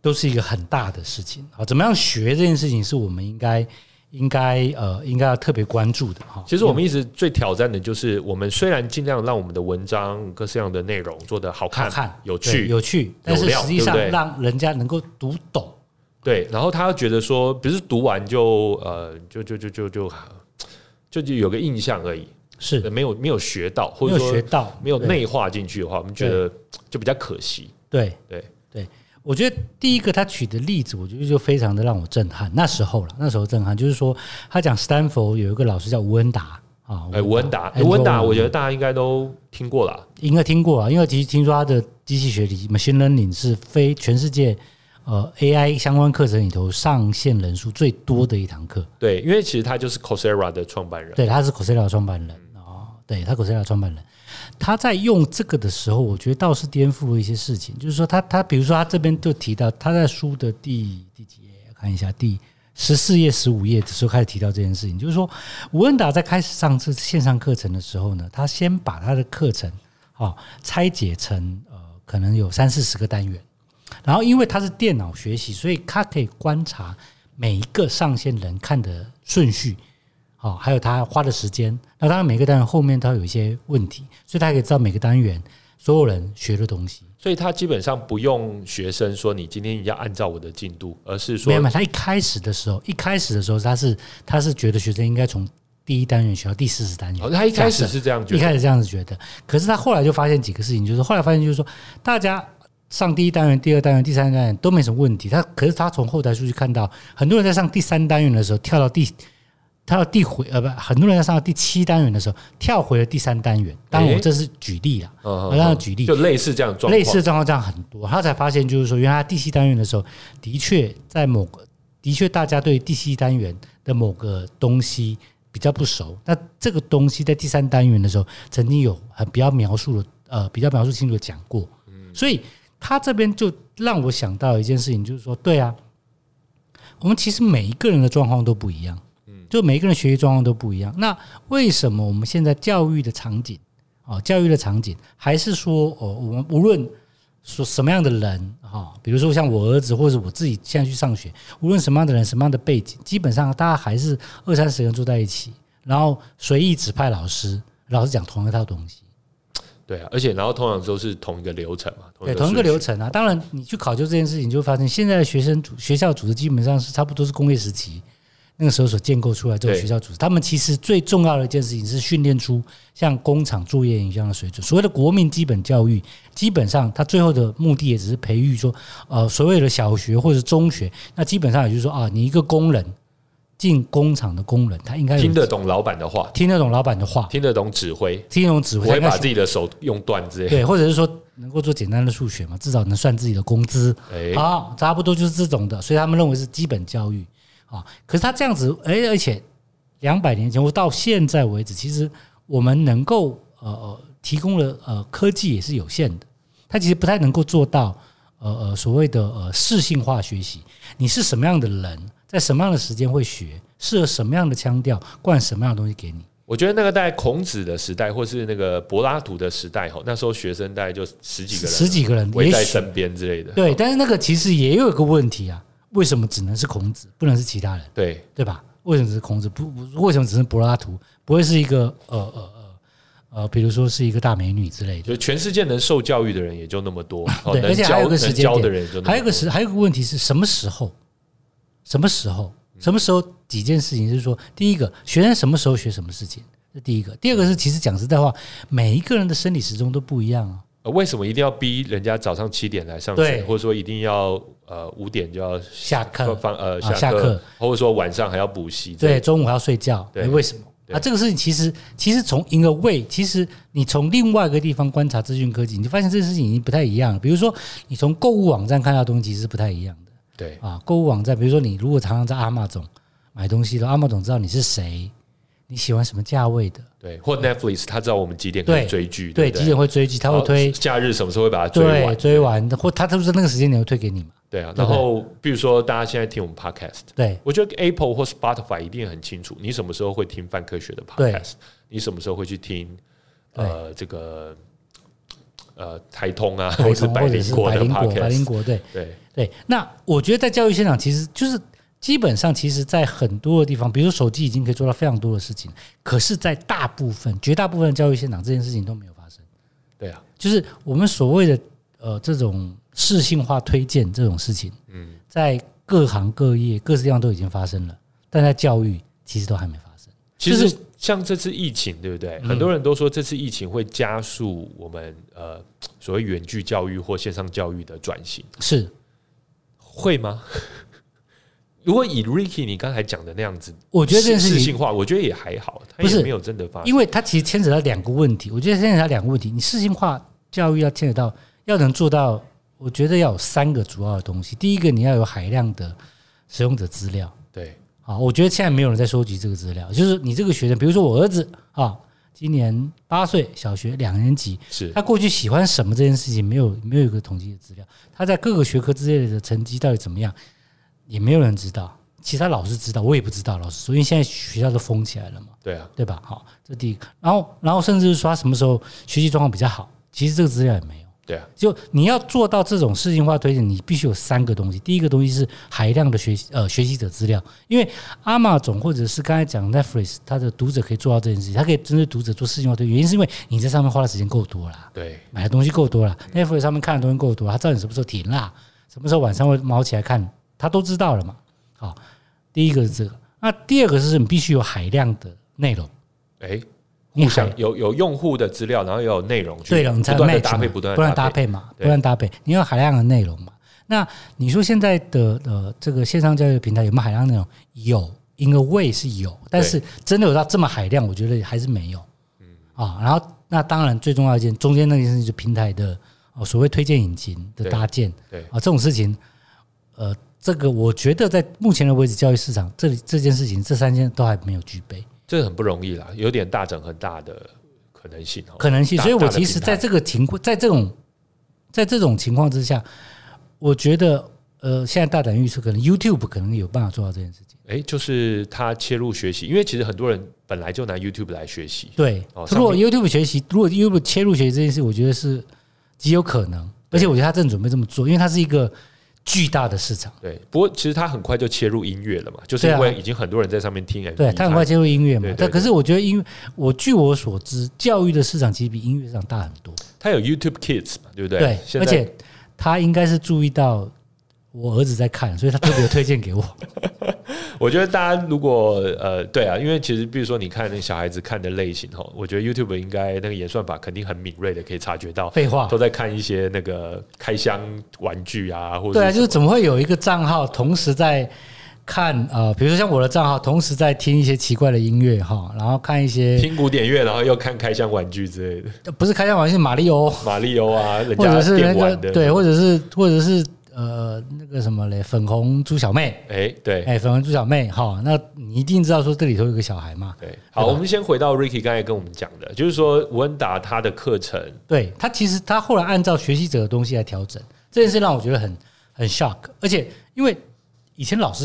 S2: 都是一个很大的事情啊。怎么样学这件事情是我们应该应该呃应该要特别关注的哈。
S1: 其实我们一直最挑战的就是，我们虽然尽量让我们的文章各式样的内容做得好看、
S2: 好看
S1: 有
S2: 对
S1: 趣，
S2: 有趣，但是
S1: 料
S2: 实际
S1: 对不
S2: 上
S1: 对
S2: 让人家能够读懂，
S1: 对，然后他觉得说，不是读完就呃，就就就就就就就有个印象而已，
S2: 是
S1: 没有没有学到，或
S2: 没
S1: 者
S2: 有学
S1: 说
S2: 到，
S1: 没有
S2: 对
S1: 内化进去的话，我们觉得就比较可惜。
S2: 对
S1: 对
S2: 对，我觉得第一个他举的例子，我觉得就非常的让我震撼。那时候了，那时候震撼就是说，他讲斯坦福有一个老师叫吴恩达啊，
S1: 哎，文达，哎
S2: 哎
S1: 文达，
S2: 我
S1: 我觉得大家应该都听过啦。
S2: 应该听过啊，因为其实听说他的机器学理 machine learning 是非全世界呃 AI 相关课程里头上线人数最多的一堂课。
S1: 对，因为其实他就是 Coursera 的创办人。
S2: 对，他是 Coursera 的创办人哦，对他 Coursera 的创办人，他在用这个的时候，我觉得倒是颠覆了一些事情。就是说他，他比如说他这边就提到他在书的第第几页，看一下第十四页、十五页的时候开始提到这件事情，就是说吴恩达在开始上这线上课程的时候呢，他先把他的课程哦拆解成呃可能有三四十个单元。然后，因为他是电脑学习，所以他可以观察每一个上线人看的顺序，好，哦还有他花的时间。那当然，每个单元后面都有一些问题，所以他可以知道每个单元所有人学的东西。
S1: 所以他基本上不用学生说你今天要按照我的进度，而是说
S2: 没有嘛？他一开始的时候，一开始的时候他是他是觉得学生应该从第一单元学到第四十单元。
S1: 哦，他一开始
S2: 假设
S1: 是这样觉
S2: 一
S1: 得，
S2: 开始这样子觉得，可是他后来就发现几个事情，就是后来发现就是说，大家上第一单元、第二单元、第三单元都没什么问题。他可是他从后台数据看到，很多人在上第三单元的时候跳到第跳到第回呃不，很多人在上到第七单元的时候跳回了第三单元。当然，
S1: 诶
S2: 我这是举例啦，
S1: 嗯
S2: 我让他举例
S1: 就类似这样的状况，
S2: 类似的状况这样很多，他才发现就是说，原来他第七单元的时候，的确在某个的确大家对第七单元的某个东西比较不熟，那这个东西在第三单元的时候曾经有很比较描述的呃比较描述清楚的讲过，
S1: 嗯
S2: 所以他这边就让我想到一件事情，就是说，对啊，我们其实每一个人的状况都不一样，
S1: 嗯
S2: 就每一个人学习状况都不一样。那为什么我们现在教育的场景，哦，教育的场景，还是说，哦，我们无论说什么样的人，哈、比如说像我儿子或者我自己现在去上学，无论什么样的人，什么样的背景，基本上大家还是二三十个人住在一起，然后随意指派老师，老师讲同一套东西。
S1: 对啊，而且然后通常都是同一个流程嘛，
S2: 对，同一个
S1: 顺序
S2: 流程啊。当然，你去考究这件事情，你就会发现现在的学生组学校组织基本上是差不多是工业时期那个时候所建构出来这种
S1: 对
S2: 学校组织。他们其实最重要的一件事情是训练出像工厂作业一样的水准。所谓的国民基本教育，基本上它最后的目的也只是培育说，呃，所谓的小学或者中学，那基本上也就是说啊，你一个工人进工厂的工人，他应该有
S1: 听得懂老板的话，
S2: 听得懂老板的话，
S1: 听得懂指挥，
S2: 听得懂指
S1: 不
S2: 挥，他
S1: 会
S2: 应该
S1: 把自己的手用断之类
S2: 对，或者是说能够做简单的数学嘛，至少能算自己的工资。
S1: 的。哎，
S2: 啊、差不多就是这种的，所以他们认为是基本教育啊、可是他这样子，哎，而且两百年前或到现在为止，其实我们能够呃呃提供的呃科技也是有限的，它其实不太能够做到呃呃所谓的呃适性化学习。你是什么样的人，在什么样的时间会学，适合什么样的腔调，灌什么样的东西给你。
S1: 我觉得那个在孔子的时代，或是那个柏拉图的时代，吼，那时候学生大概就十几个人，
S2: 十几个人，
S1: 围
S2: 也
S1: 在
S2: 许
S1: 身边之类的。
S2: 对，但是那个其实也有一个问题啊，为什么只能是孔子，不能是其他人？
S1: 对，
S2: 对吧？为什么只是孔子？不不，为什么只是柏拉图？不会是一个呃呃呃呃，比如说是一个大美女之类的。
S1: 就全世界能受教育的人也就那么多，哦
S2: 对
S1: 能
S2: 而且还
S1: 教
S2: 有一个时
S1: 能
S2: 间
S1: 教
S2: 点
S1: 的人也就那么多
S2: 还有一个时，还有一个问题是什么时候？什么时候？什么时候？几件事情是说，第一个，学生什么时候学什么事情，这第一个；第二个是，其实讲实在话，每一个人的生理时钟都不一样啊。
S1: 呃为什么一定要逼人家早上七点来上
S2: 对
S1: 学，或者说一定要呃五点就要
S2: 下课
S1: 放放呃
S2: 啊
S1: 下课，
S2: 下课
S1: 或者说晚上还要补习？
S2: 对，，中午还要睡觉，
S1: 对
S2: 诶为什么？
S1: 对
S2: 啊，这个事情其实其实从 in a way，其实你从另外一个地方观察资讯科技，你就发现这个事情已经不太一样了。比如说，你从购物网站看到的东西其实是不太一样的
S1: 对，
S2: 啊。购物网站，比如说你如果常常在阿玛总买东西的，阿玛总知道你是谁，你喜欢什么价位的，
S1: 对，或 Netflix 他知道我们几点可以
S2: 对
S1: 追剧，
S2: 对，
S1: 不
S2: 几点会追剧，他会
S1: 然后
S2: 推，
S1: 假日什么时候会把它追
S2: 对，
S1: 完？
S2: 追完的，或他是不是那个时间点会推给你嘛？
S1: 对啊，
S2: 对
S1: 然
S2: 不对
S1: 后比如说大家现在听我们 Podcast，
S2: 对，
S1: 我觉得 Apple 或 Spotify 一定很清楚你什么时候会听泛科学的 Podcast，你什么时候会去听呃这个呃台通啊，
S2: 或
S1: 或是百
S2: 或者
S1: 灵
S2: 是
S1: 果
S2: 百
S1: 的
S2: 灵果，百灵
S1: Podcast，
S2: 果，对。
S1: 对
S2: 对，那我觉得在教育现场，其实就是基本上，其实在很多的地方，比如说手机已经可以做到非常多的事情，可是，在大部分、绝大部分的教育现场，这件事情都没有发生。
S1: 对啊，
S2: 就是我们所谓的呃这种适性化推荐这种事情，嗯，在各行各业、各式地方都已经发生了，但在教育其实都还没发生。
S1: 其
S2: 就
S1: 实
S2: 是嗯
S1: 像这次疫情，对不对？很多人都说这次疫情会加速我们呃所谓远距教育或线上教育的转型，
S2: 是
S1: 会吗？ 如果以 Ricky 你刚才讲的那样子，
S2: 我觉得这件事
S1: 事
S2: 情
S1: 性化，我觉得也还好，它
S2: 不
S1: 也
S2: 是
S1: 没有真的发生。
S2: 因为它其实牵扯到两个问题，我觉得牵扯到两个问题。你事情化教育要牵扯到，要能做到，我觉得要有三个主要的东西。第一个，你要有海量的使用者资料
S1: 对，
S2: 啊，我觉得现在没有人在收集这个资料。就是你这个学生，比如说我儿子啊，今年八岁，小学两年级，
S1: 是
S2: 他过去喜欢什么这件事情，没有没有一个统计的资料。他在各个学科之类的成绩到底怎么样，也没有人知道。其他老师知道，我也不知道。老师说，因为现在学校都封起来了嘛。
S1: 对啊，
S2: 对吧？好，这第一个。然后，然后甚至是说他什么时候学习状况比较好，其实这个资料也没有。
S1: 对啊，
S2: 就你要做到这种事情化推荐，你必须有三个东西。第一个东西是海量的学习呃学习者资料，因为阿玛总或者是刚才讲 Netflix，它的读者可以做到这件事情，它可以针对读者做事情化推荐，原因是因为你在上面花的时间够多啦，
S1: 对，
S2: 买的东西够多啦，Netflix
S1: 嗯
S2: 上面看的东西够多啦，它知道你什么时候停啦，什么时候晚上会毛起来看，它都知道了嘛。好，第一个是这个，那第二个是你必须有海量的内容，
S1: 哎，
S2: 你
S1: 互
S2: 海
S1: 相有有用户的资料，然后也有内容去
S2: 对了，你才
S1: 不
S2: 有
S1: 断的
S2: match
S1: 搭配，
S2: 嘛
S1: 不断
S2: 不
S1: 地
S2: 断
S1: 搭
S2: 搭
S1: 配，
S2: 配嘛，
S1: 对
S2: 不断搭配，你要海量的内容嘛。那你说现在的呃这个线上教育平台有没有海量内容？有，in a way 是有，但是真的有到这么海量，我觉得还是没有。嗯啊，然后那当然最重要一件，中间那件事情就是平台的哦所谓推荐引擎的
S1: 对
S2: 搭建
S1: 对
S2: 啊这种事情，呃，这个我觉得在目前的为止教育市场这里这件事情这三件都还没有具备。
S1: 这很不容易啦，有点大整很大的可能性哦。
S2: 可能性。
S1: 大
S2: 所以我
S1: 大的
S2: 其实
S1: 平台
S2: 在这个情况，在这种在这种情况之下，我觉得呃，现在大胆预测，可能 YouTube 可能有办法做到这件事情。
S1: 哎，就是他切入学习，因为其实很多人本来就拿 YouTube 来学习，
S2: 对，
S1: 哦
S2: 如果
S1: 上
S2: YouTube 学习，如果 YouTube 切入学习这件事，我觉得是极有可能，而且我觉得他正准备这么做，因为它是一个巨大的市场。
S1: 对。不过其实他很快就切入音乐了嘛，就是
S2: 对啊
S1: 因为已经很多人在上面听 MV，
S2: 对，啊他很快切入音乐嘛
S1: 对对。
S2: 但
S1: 对
S2: 可是我觉得音乐，我据我所知，教育的市场其实比音乐市场大很多。
S1: 他有 YouTube Kids 嘛，对不对？
S2: 对，
S1: 现
S2: 而
S1: 在
S2: 且他应该是注意到我儿子在看，所以他特别推荐 给我。
S1: 我觉得大家如果呃，对啊，因为其实比如说你看那小孩子看的类型哦，我觉得 YouTube 应该那个演算法肯定很敏锐的可以察觉到，
S2: 废话
S1: 都，在看一些那个开箱玩具啊，或者
S2: 对啊，
S1: 什
S2: 就
S1: 么
S2: 是怎么会有一个账号同时在看呃，比如说像我的账号，同时在听一些奇怪的音乐哈，然后看一些
S1: 听古典乐，然后又看开箱玩具之类的，
S2: 不是开箱玩笑，马里奥，
S1: 马里欧啊，人
S2: 或者
S1: 家
S2: 是那
S1: 电
S2: 个
S1: 玩的，
S2: 对，，或者是或者是呃那个什么嘞，粉红猪小妹，
S1: 哎，对。
S2: 哎，粉红猪小妹哈，那你一定知道说这里头有个小孩嘛？
S1: 对，好，我们先回到 Ricky 刚才跟我们讲的，就是说吴恩达他的课程，
S2: 对他其实他后来按照学习者的东西来调整这件事，让我觉得很很 shock，而且因为以前老师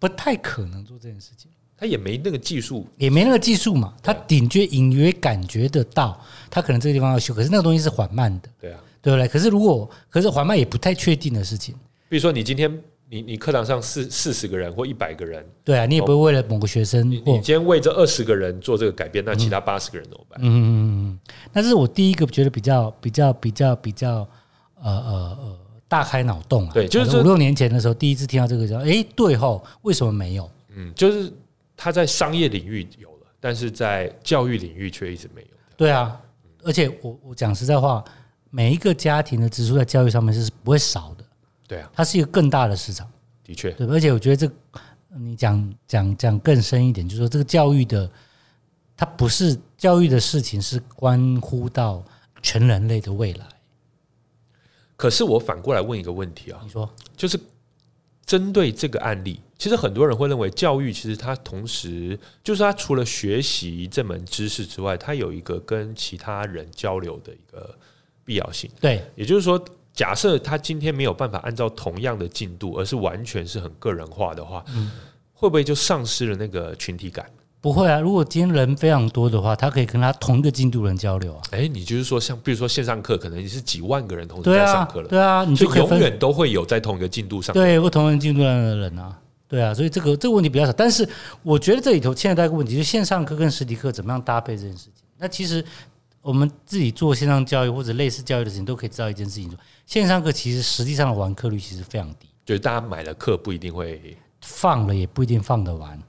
S2: 不太可能做这件事情。
S1: 他也没那个技术，
S2: 也没那个技术嘛，他顶觉隐约感觉得到，他可能这个地方要修，可是那个东西是缓慢的，
S1: 对啊。
S2: 对不对？可是如果可是缓慢也不太确定的事情，
S1: 比如说你今天你你课堂上四四十个人或一百个人，
S2: 对啊，你也不会为了某个学生
S1: 哦你你
S2: 或
S1: 今天为这二十个人做这个改变，那其他八十个人怎么办？
S2: 嗯，那这是我第一个觉得比较比较比较比较呃呃呃大开脑洞啊，
S1: 对就是
S2: 可
S1: 这
S2: 能五六年前的时候第一次听到这个时候，哎，对吼，为什么没有？
S1: 嗯，就是他在商业领域有了，但是在教育领域却一直没有。
S2: 对啊，而且我我讲实在话，每一个家庭的支出在教育上面是不会少的，
S1: 对啊，
S2: 它是一个更大的市场。
S1: 的确，
S2: 对，而且我觉得这你讲讲讲更深一点，就是说这个教育的，它不是教育的事情，是关乎到全人类的未来。
S1: 可是我反过来问一个问题啊
S2: 你，说
S1: 就是针对这个案例，其实很多人会认为教育其实它同时就是它除了学习这门知识之外，它有一个跟其他人交流的一个必要性。
S2: 对
S1: 也就是说，假设他今天没有办法按照同样的进度，而是完全是很个人化的话，
S2: 嗯
S1: 会不会就丧失了那个群体感？
S2: 不会啊？如果今天人非常多的话，他可以跟他同一个进度的人交流啊。
S1: 哎、你就是说，像比如说线上课，可能你是几万个人同时
S2: 对
S1: 在
S2: 啊
S1: 上课，了，
S2: 对啊，你就
S1: 所以
S2: 可以
S1: 永
S2: 分
S1: 远都会有在同一个进度上。
S2: 对，不同人进度的人啊。对啊，所以这个这个问题比较少，但是我觉得这里头牵扯到一个问题，就是线上课跟实体课怎么样搭配这件事情。那其实我们自己做线上教育或者类似教育的事情，都可以知道一件事情：，线上课其实实际上的完课率其实非常低，
S1: 就是大家买了课不一定会，
S2: 放了也不一定放得完，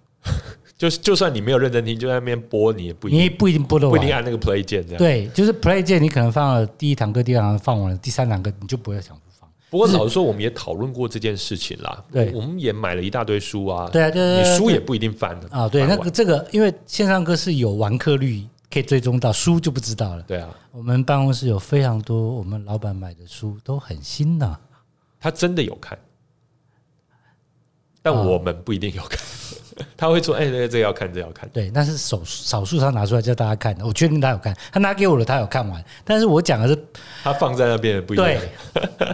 S1: 就是就算你没有认真听，就在那边播，你也不一
S2: 你
S1: 定
S2: 也不一定播得
S1: 不一定
S2: 完。
S1: 按那个 play 键这样。
S2: 对，就是 play 键，你可能放了第一堂课、第二堂课放完了，第三堂课你就不会想放。
S1: 不过老实说，我们也讨论过这件事情啦。
S2: 对
S1: 我们也买了一大堆书啊。
S2: 对啊，对对
S1: 你
S2: 对
S1: 书
S2: 对
S1: 也不一定翻的
S2: 啊，对，
S1: 翻
S2: 那
S1: 完
S2: 个这个，因为线上课是有完课率可以追踪到，书就不知道了。
S1: 对啊，
S2: 我们办公室有非常多我们老板买的书，都很新呐、
S1: 他真的有看，但
S2: 啊
S1: 我们不一定有看。 他会说：“哎、这个这个要看，这个要看。
S2: 对，那是少数少数他拿出来叫大家看的，我确定他有看，他拿给我了，他有看完。但是我讲的是”
S1: 他放在那边也不一定。
S2: 对，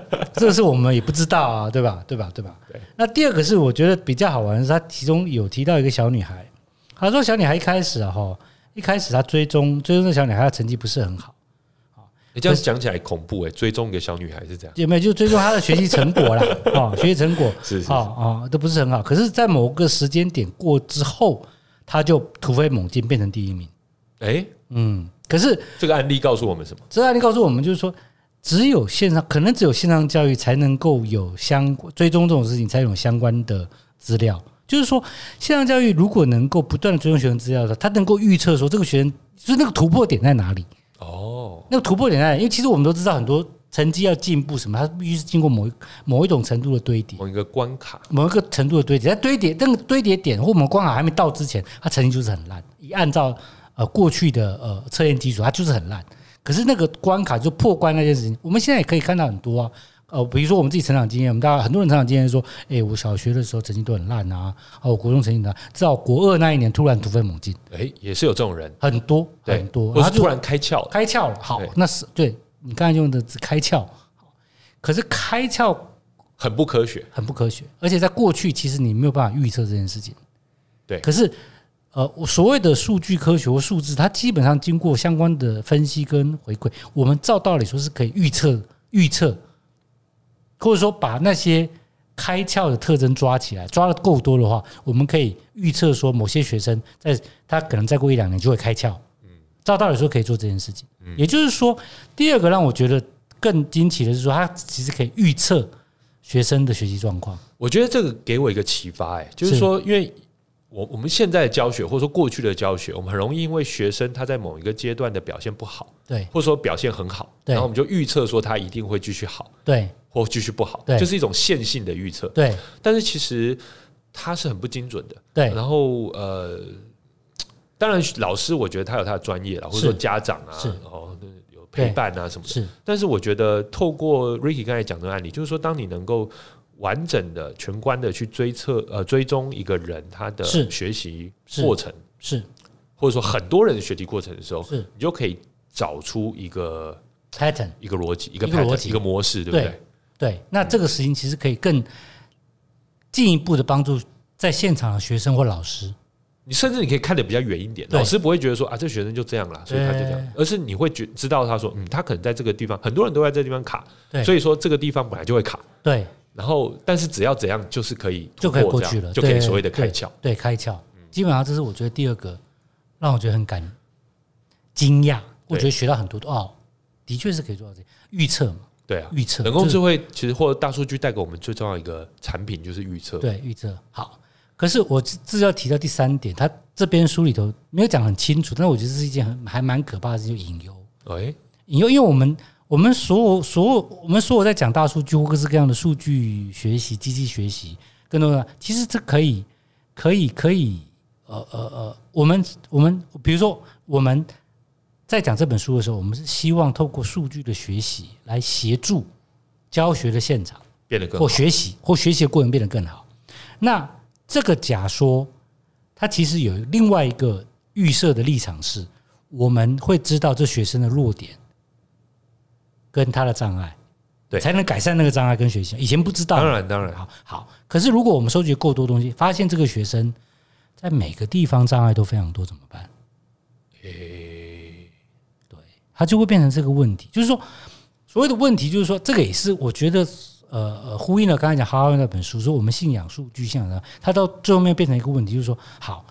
S2: 这个是我们也不知道啊，对吧？对吧？对吧？
S1: 对
S2: 那第二个是我觉得比较好玩的是，他其中有提到一个小女孩，他说小女孩一开始啊哈，一开始她追踪追踪这小女孩，她成绩不是很好。
S1: 你这样讲起来恐怖哎、追踪一个小女孩是这样，
S2: 有没有就追踪他的学习成 果啦？哦，学习成果
S1: 是是
S2: 啊啊、都不是很好。可是，在某个时间点过之后，他就突飞猛进，变成第一名。
S1: 哎、
S2: 嗯，可是
S1: 这个案例告诉我们什么？
S2: 这案例告诉我们，就是说，只有线上，可能只有线上教育才能够有相追踪这种事情，才有相关的资料。就是说，线上教育如果能够不断的追踪学生资料的时候，他能够预测说这个学生就是那个突破点在哪里。
S1: 哦，
S2: 那个突破点在哪里？因为其实我们都知道，很多成绩要进步什么，它必须是经过某一某一种程度的堆叠。
S1: 某一个关卡，
S2: 某一个程度的堆叠，在堆叠那个堆叠点或我们关卡还没到之前，它成绩就是很烂。以按照呃过去的呃测验基础，它就是很烂。可是那个关卡就破关那件事情，我们现在也可以看到很多啊。呃，比如说我们自己成长经验，我们大家很多人成长经验说，诶，我小学的时候成绩都很烂啊，哦，我国中成绩很烂，直到国二那一年突然突飞猛进，
S1: 哎、也是有这种人，
S2: 很多
S1: 对，
S2: 很多，
S1: 或
S2: 然后
S1: 是
S2: 就
S1: 突然开窍了，
S2: 开窍了。好
S1: 对，
S2: 那是对你刚才用的字开窍，可是开窍
S1: 很不科学，
S2: 很不科学，而且在过去其实你没有办法预测这件事情。
S1: 对
S2: 可是呃，我所谓的数据科学或数字，它基本上经过相关的分析跟回馈，我们照道理说是可以预测预测，或者说把那些开窍的特征抓起来，抓的够多的话，我们可以预测说某些学生在他可能再过一两年就会开窍。
S1: 嗯
S2: 照道理说可以做这件事情，也就是说，第二个让我觉得更惊奇的是说，它其实可以预测学生的学习状况。
S1: 我觉得这个给我一个启发、哎，就是
S2: 是
S1: 说，因为我我们现在的教学，或者说过去的教学，我们很容易因为学生他在某一个阶段的表现不好，
S2: 对
S1: 或者说表现很好，
S2: 对
S1: 然后我们就预测说他一定会继续好
S2: 对
S1: 或继续不好，
S2: 对
S1: 就是一种线性的预测。
S2: 对
S1: 但是其实它是很不精准的。
S2: 对
S1: 然后呃，当然老师我觉得他有他的专业啦，或者
S2: 是
S1: 说家长啊，
S2: 是
S1: 然后有陪伴啊什么的。
S2: 是，
S1: 但是我觉得透过 Ricky 刚才讲的案例，就是说当你能够完整的、全观的去追测呃追踪一个人他的
S2: 是
S1: 学习
S2: 是
S1: 过程，
S2: 是
S1: 或者说很多人的学习过程的时候，
S2: 是
S1: 你就可以找出一个
S2: pattern
S1: 一个逻辑、一个
S2: 一个逻
S1: pattern、
S2: 辑
S1: 一个模式，对不
S2: 对
S1: 对？
S2: 对。那这个事情其实可以更进一步的帮助在现场的学生或老师。
S1: 你甚至你可以看得比较远一点，
S2: 对
S1: 老师不会觉得说啊，这学生就这样啦，所以他就这样，而是你会觉知道他说，嗯，他可能在这个地方，很多人都在这地方卡，
S2: 对
S1: 所以说这个地方本来就会卡，
S2: 对
S1: 然后但是只要怎样就是可以
S2: 就可以
S1: 突破
S2: 过去了
S1: 这样就可以
S2: 对
S1: 所谓的开窍。
S2: 对，开窍。基本上这是我觉得第二个让我觉得很感惊讶，我
S1: 对
S2: 觉得学到很多的哦，的确是可以做到这预测嘛，
S1: 对啊，
S2: 预测
S1: 人工
S2: 就是
S1: 智慧其实或者大数据带给我们最重要一个产品就是预测，
S2: 对，预测好。可是我这要提到第三点，他这边书里头没有讲很清楚，但我觉得是一件很还蛮可怕的事情，就隐忧。
S1: 哎，
S2: 引诱，因为我们我们所有所有我们所有在讲大数据或各式各样的数据学习、机器学习，更多的其实这可以可以可以呃呃呃，我们我们比如说我们在讲这本书的时候，我们是希望透过数据的学习来协助教学的现场。
S1: 变得更
S2: 或
S1: 好，
S2: 学习或学习的过程变得更好。那这个假说，它其实有另外一个预设的立场是，我们会知道这学生的弱点跟他的障碍，
S1: 对
S2: 才能改善那个障碍跟学习。以前不知道，
S1: 当然当然，
S2: 好好。可是如果我们收集够多东西，发现这个学生在每个地方障碍都非常多，怎么办？
S1: 诶，
S2: 它就会变成这个问题。就是说，所谓的问题，就是说，这个也是我觉得，呃呃，呼应了刚才讲哈维那本书，说我们信仰数据、信仰的，它到最后面变成一个问题，就是说，好，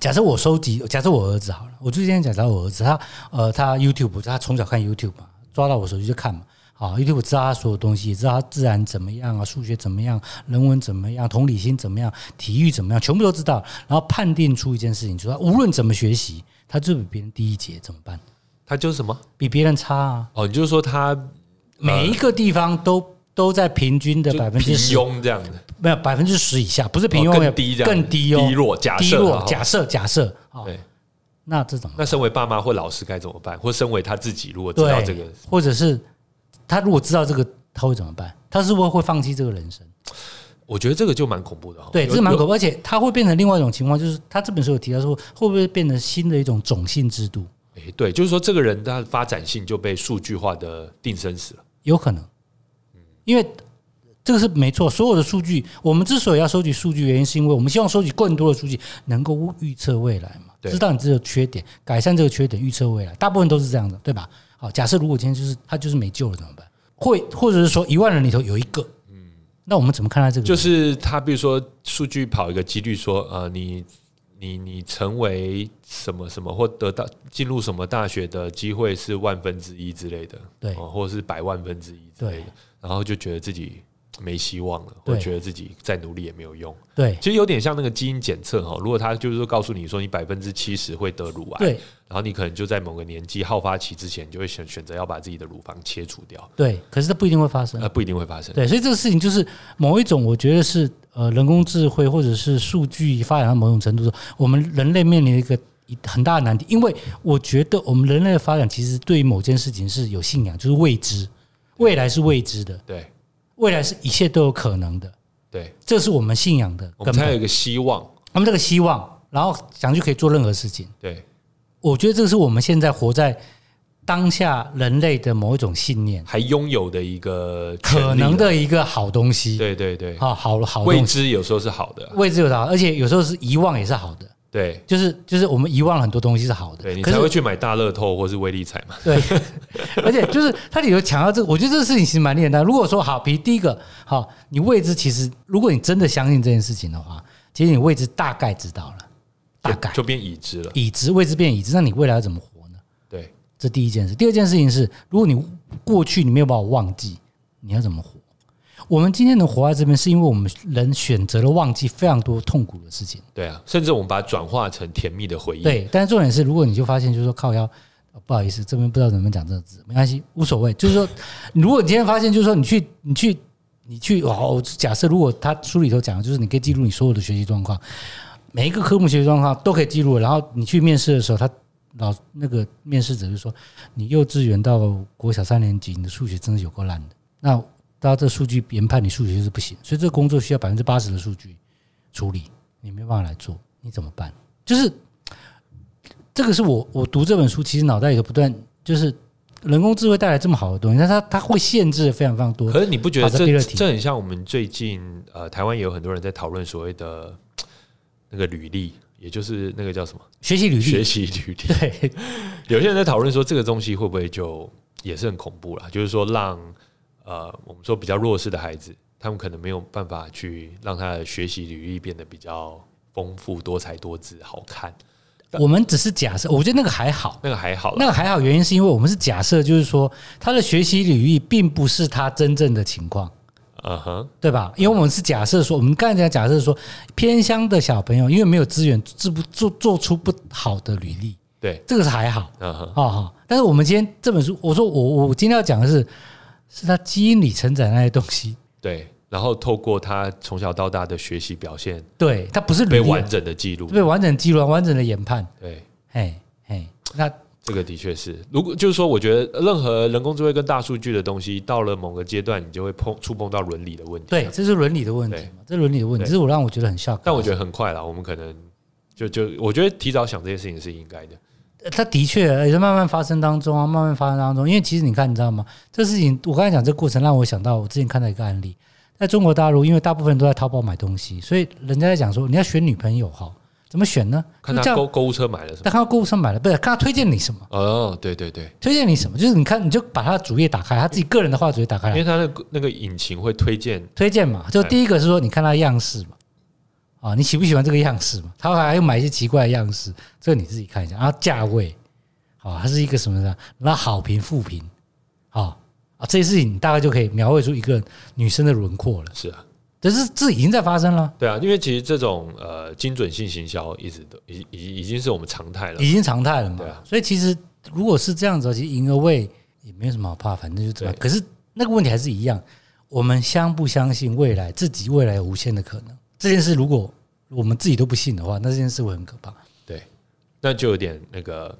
S2: 假设我收集，假设我儿子好了，我最近讲到我儿子，他呃，他 YouTube，他从小看 YouTube 嘛，抓到我手机就看嘛。好，YouTube 知道他所有东西，也知道他自然怎么样啊，数学怎么样，人文怎么样，同理心怎么样，体育怎么样，全部都知道。然后判定出一件事情，就是他无论怎么学习，他就比别人低一节，怎么办？
S1: 他就是什么？
S2: 比别人差啊，
S1: 哦，你就是说他
S2: 每一个地方都都在平均的
S1: 呃就
S2: 百分
S1: 平
S2: 之十，
S1: 庸这样子，
S2: 没有百分之十以下，不是平
S1: 哦
S2: 庸，
S1: 更低这样，
S2: 更低哦，
S1: 低落，假
S2: 低
S1: 设
S2: 落
S1: 啊，
S2: 假设假设啊，
S1: 对。
S2: 那这怎么
S1: 那身为爸妈或老师该怎么办？或身为他自己，如果知道
S2: 对？
S1: 这个，
S2: 或者是他如果知道这个，他会怎么办？他是不是会放弃这个人生？
S1: 我觉得这个就蛮恐怖的哈。
S2: 对，
S1: 哦有
S2: 这蛮可怕，而且他会变成另外一种情况，就是他这本书有提到说，会不会变成新的一种种姓制度？
S1: 有诶哎对，就是说这个人他的发展性就被数据化的定生死了。
S2: 有可能，因为这个是没错。所有的数据，我们之所以要收集数据，原因是因为我们希望收集更多的数据，能够预测未来嘛，
S1: 对
S2: 知道你这个缺点，改善这个缺点，预测未来。大部分都是这样的，对吧？好，假设如果今天就是他就是没救了怎么办？或或者是说一万人里头有一个，嗯，那我们怎么看待这个人？
S1: 就是他，比如说数据跑一个几率说，呃，你你你成为什么什么或得到进入什么大学的机会是万分之一之类的，
S2: 对
S1: 哦或者是百万分之一之类的
S2: 对，
S1: 然后就觉得自己没希望了，或
S2: 对
S1: 觉得自己再努力也没有用。
S2: 对
S1: 其实有点像那个基因检测哈，如果他就是说告诉你说你百分之七十会得乳癌，
S2: 对
S1: 然后你可能就在某个年纪好发期之前，你就会选选择要把自己的乳房切除掉，
S2: 对，可是它不一定会发生
S1: 那、。不一定会发生。
S2: 对，所以这个事情就是某一种，我觉得是呃，人工智慧或者是数据发展到某种程度的时候，我们人类面临一个一很大的难题。因为我觉得我们人类的发展其实对于某件事情是有信仰，就是未知，未来是未知的，
S1: 对
S2: 未来是一切都有可能的，
S1: 对，
S2: 这是我们信仰的
S1: 我
S2: 根
S1: 们才有
S2: 本。
S1: 一个希望。
S2: 我们这个希望，然后想就可以做任何事情。
S1: 对
S2: 我觉得这是我们现在活在当下人类的某一种信念，
S1: 还拥有的一个权利
S2: 可能，的一个好东西。
S1: 对对对，
S2: 啊，好好东
S1: 未
S2: 西。
S1: 知有时候是好的，
S2: 位置有好，而且有时候是遗忘也是好的，
S1: 对
S2: 就是就是我们遗忘了很多东西是好的，
S1: 对，你
S2: 可
S1: 才
S2: 是
S1: 会去买大乐透或是威力彩嘛。
S2: 对， 而且就是它里头强调这个，我觉得这个事情其实蛮简单。如果说好，比如第一个好，你未知其实如果你真的相信这件事情的话，其实你未知大概知道了，大概
S1: 就就变已知了。
S2: 已知未知变已知，那你未来要怎么活呢？
S1: 对，
S2: 这第一件事。第二件事情是，如果你过去你没有把我忘记，你要怎么活？我们今天能活在这边，是因为我们人选择了忘记非常多痛苦的事情。
S1: 对啊，甚至我们把它转化成甜蜜的回忆。
S2: 对，但是重点是，如果你就发现，就是说靠腰、呃不好意思，这边不知道怎么讲这个字，没关系，无所谓。就是说，如果你今天发现，就是说你去，你去，你去，哦，假设如果他书里头讲的就是你可以记录你所有的学习状况，每一个科目学习状况都可以记录，然后你去面试的时候，他。老那个面试者就说：“你幼稚园到国小三年级，你的数学真的有够烂的。那大家这数据研判你数学就是不行，所以这个工作需要百分之八十的数据处理，你没有办法来做，你怎么办？就是这个是我我读这本书，其实脑袋里头不断就是人工智慧带来这么好的东西，但是它它会限制非常非常多。
S1: 可是你不觉得这
S2: Possibility
S1: 这很像我们最近呃，台湾也有很多人在讨论所谓的嘖那个履历，也就是那个叫什么
S2: 学习 履
S1: 学
S2: 历，
S1: 习履历。
S2: 对
S1: 有些人在讨论说这个东西会不会就也是很恐怖啦，就是说让呃我们说比较弱势的孩子，他们可能没有办法去让他的学习履历变得比较丰富、多才多姿、好看。
S2: 我们只是假设，我觉得那个还好，
S1: 那个还好啦，
S2: 那个还好，原因是因为我们是假设，就是说他的学习履历并不是他真正的情况。
S1: 嗯哼，
S2: 对吧？因为我们是假设说，我们刚才假设说，偏乡的小朋友因为没有资源，做不做做出不好的履历，
S1: 对，
S2: 这个是还好。
S1: 嗯哼，
S2: 哦好，但是我们今天这本书，我说我我今天要讲的是，是他基因里承载那些东西，
S1: 对。然后透过他从小到大的学习表现，
S2: 对，它不是
S1: 被
S2: 履历
S1: 完整的记录，
S2: 被完整记录、完整的研判，
S1: 对。
S2: 嘿嘿，那
S1: 这个的确是，如果就是说，我觉得任何人工智慧跟大数据的东西，到了某个阶段，你就会碰触碰到伦理的问题。
S2: 对，，这是伦理的问题嘛？这是伦理的问题，
S1: 对
S2: 这是我让我觉得很 shock 的。
S1: 但我觉得很快啦，我们可能就就我觉得提早想这件事情是应该的。
S2: 呃它的确也在慢慢发生当中啊，慢慢发生当中。因为其实你看，你知道吗？这事情我刚才讲这个过程，让我想到我之前看到一个案例，在中国大陆，因为大部分人都在淘宝买东西，所以人家在讲说你要选女朋友哈，怎么选呢？
S1: 看
S2: 就
S1: 他
S2: 这样
S1: 购购物车买了什么？
S2: 但看到购物车买了，不是看他推荐你什么。
S1: 哦，对对对，
S2: 推荐你什么？就是你看，你就把他的主页打开，他自己个人的话主页打开
S1: 因
S2: 来
S1: 为他那个那个引擎会推荐，
S2: 推荐嘛。就第一个是说，你看他的样式嘛，啊，你喜不喜欢这个样式嘛？他还要买一些奇怪的样式，这个你自己看一下。然后价位，啊，它是一个什么的？然后好评、负评，啊啊，这些事情你大概就可以描绘出一个女生的轮廓了。
S1: 是啊，
S2: 但是这已经在发生了，
S1: 对啊，因为其实这种呃精准性行销一直都已已已经是我们常态了。
S2: 已经常态了嘛
S1: 对啊。
S2: 所以其实如果是这样子，其实赢而位也没有什么好怕，反正就这样。
S1: 对
S2: 可是那个问题还是一样，我们相不相信未来自己未来有无限的可能？这件事如果我们自己都不信的话，那这件事会很可怕。
S1: 对，那就有点那个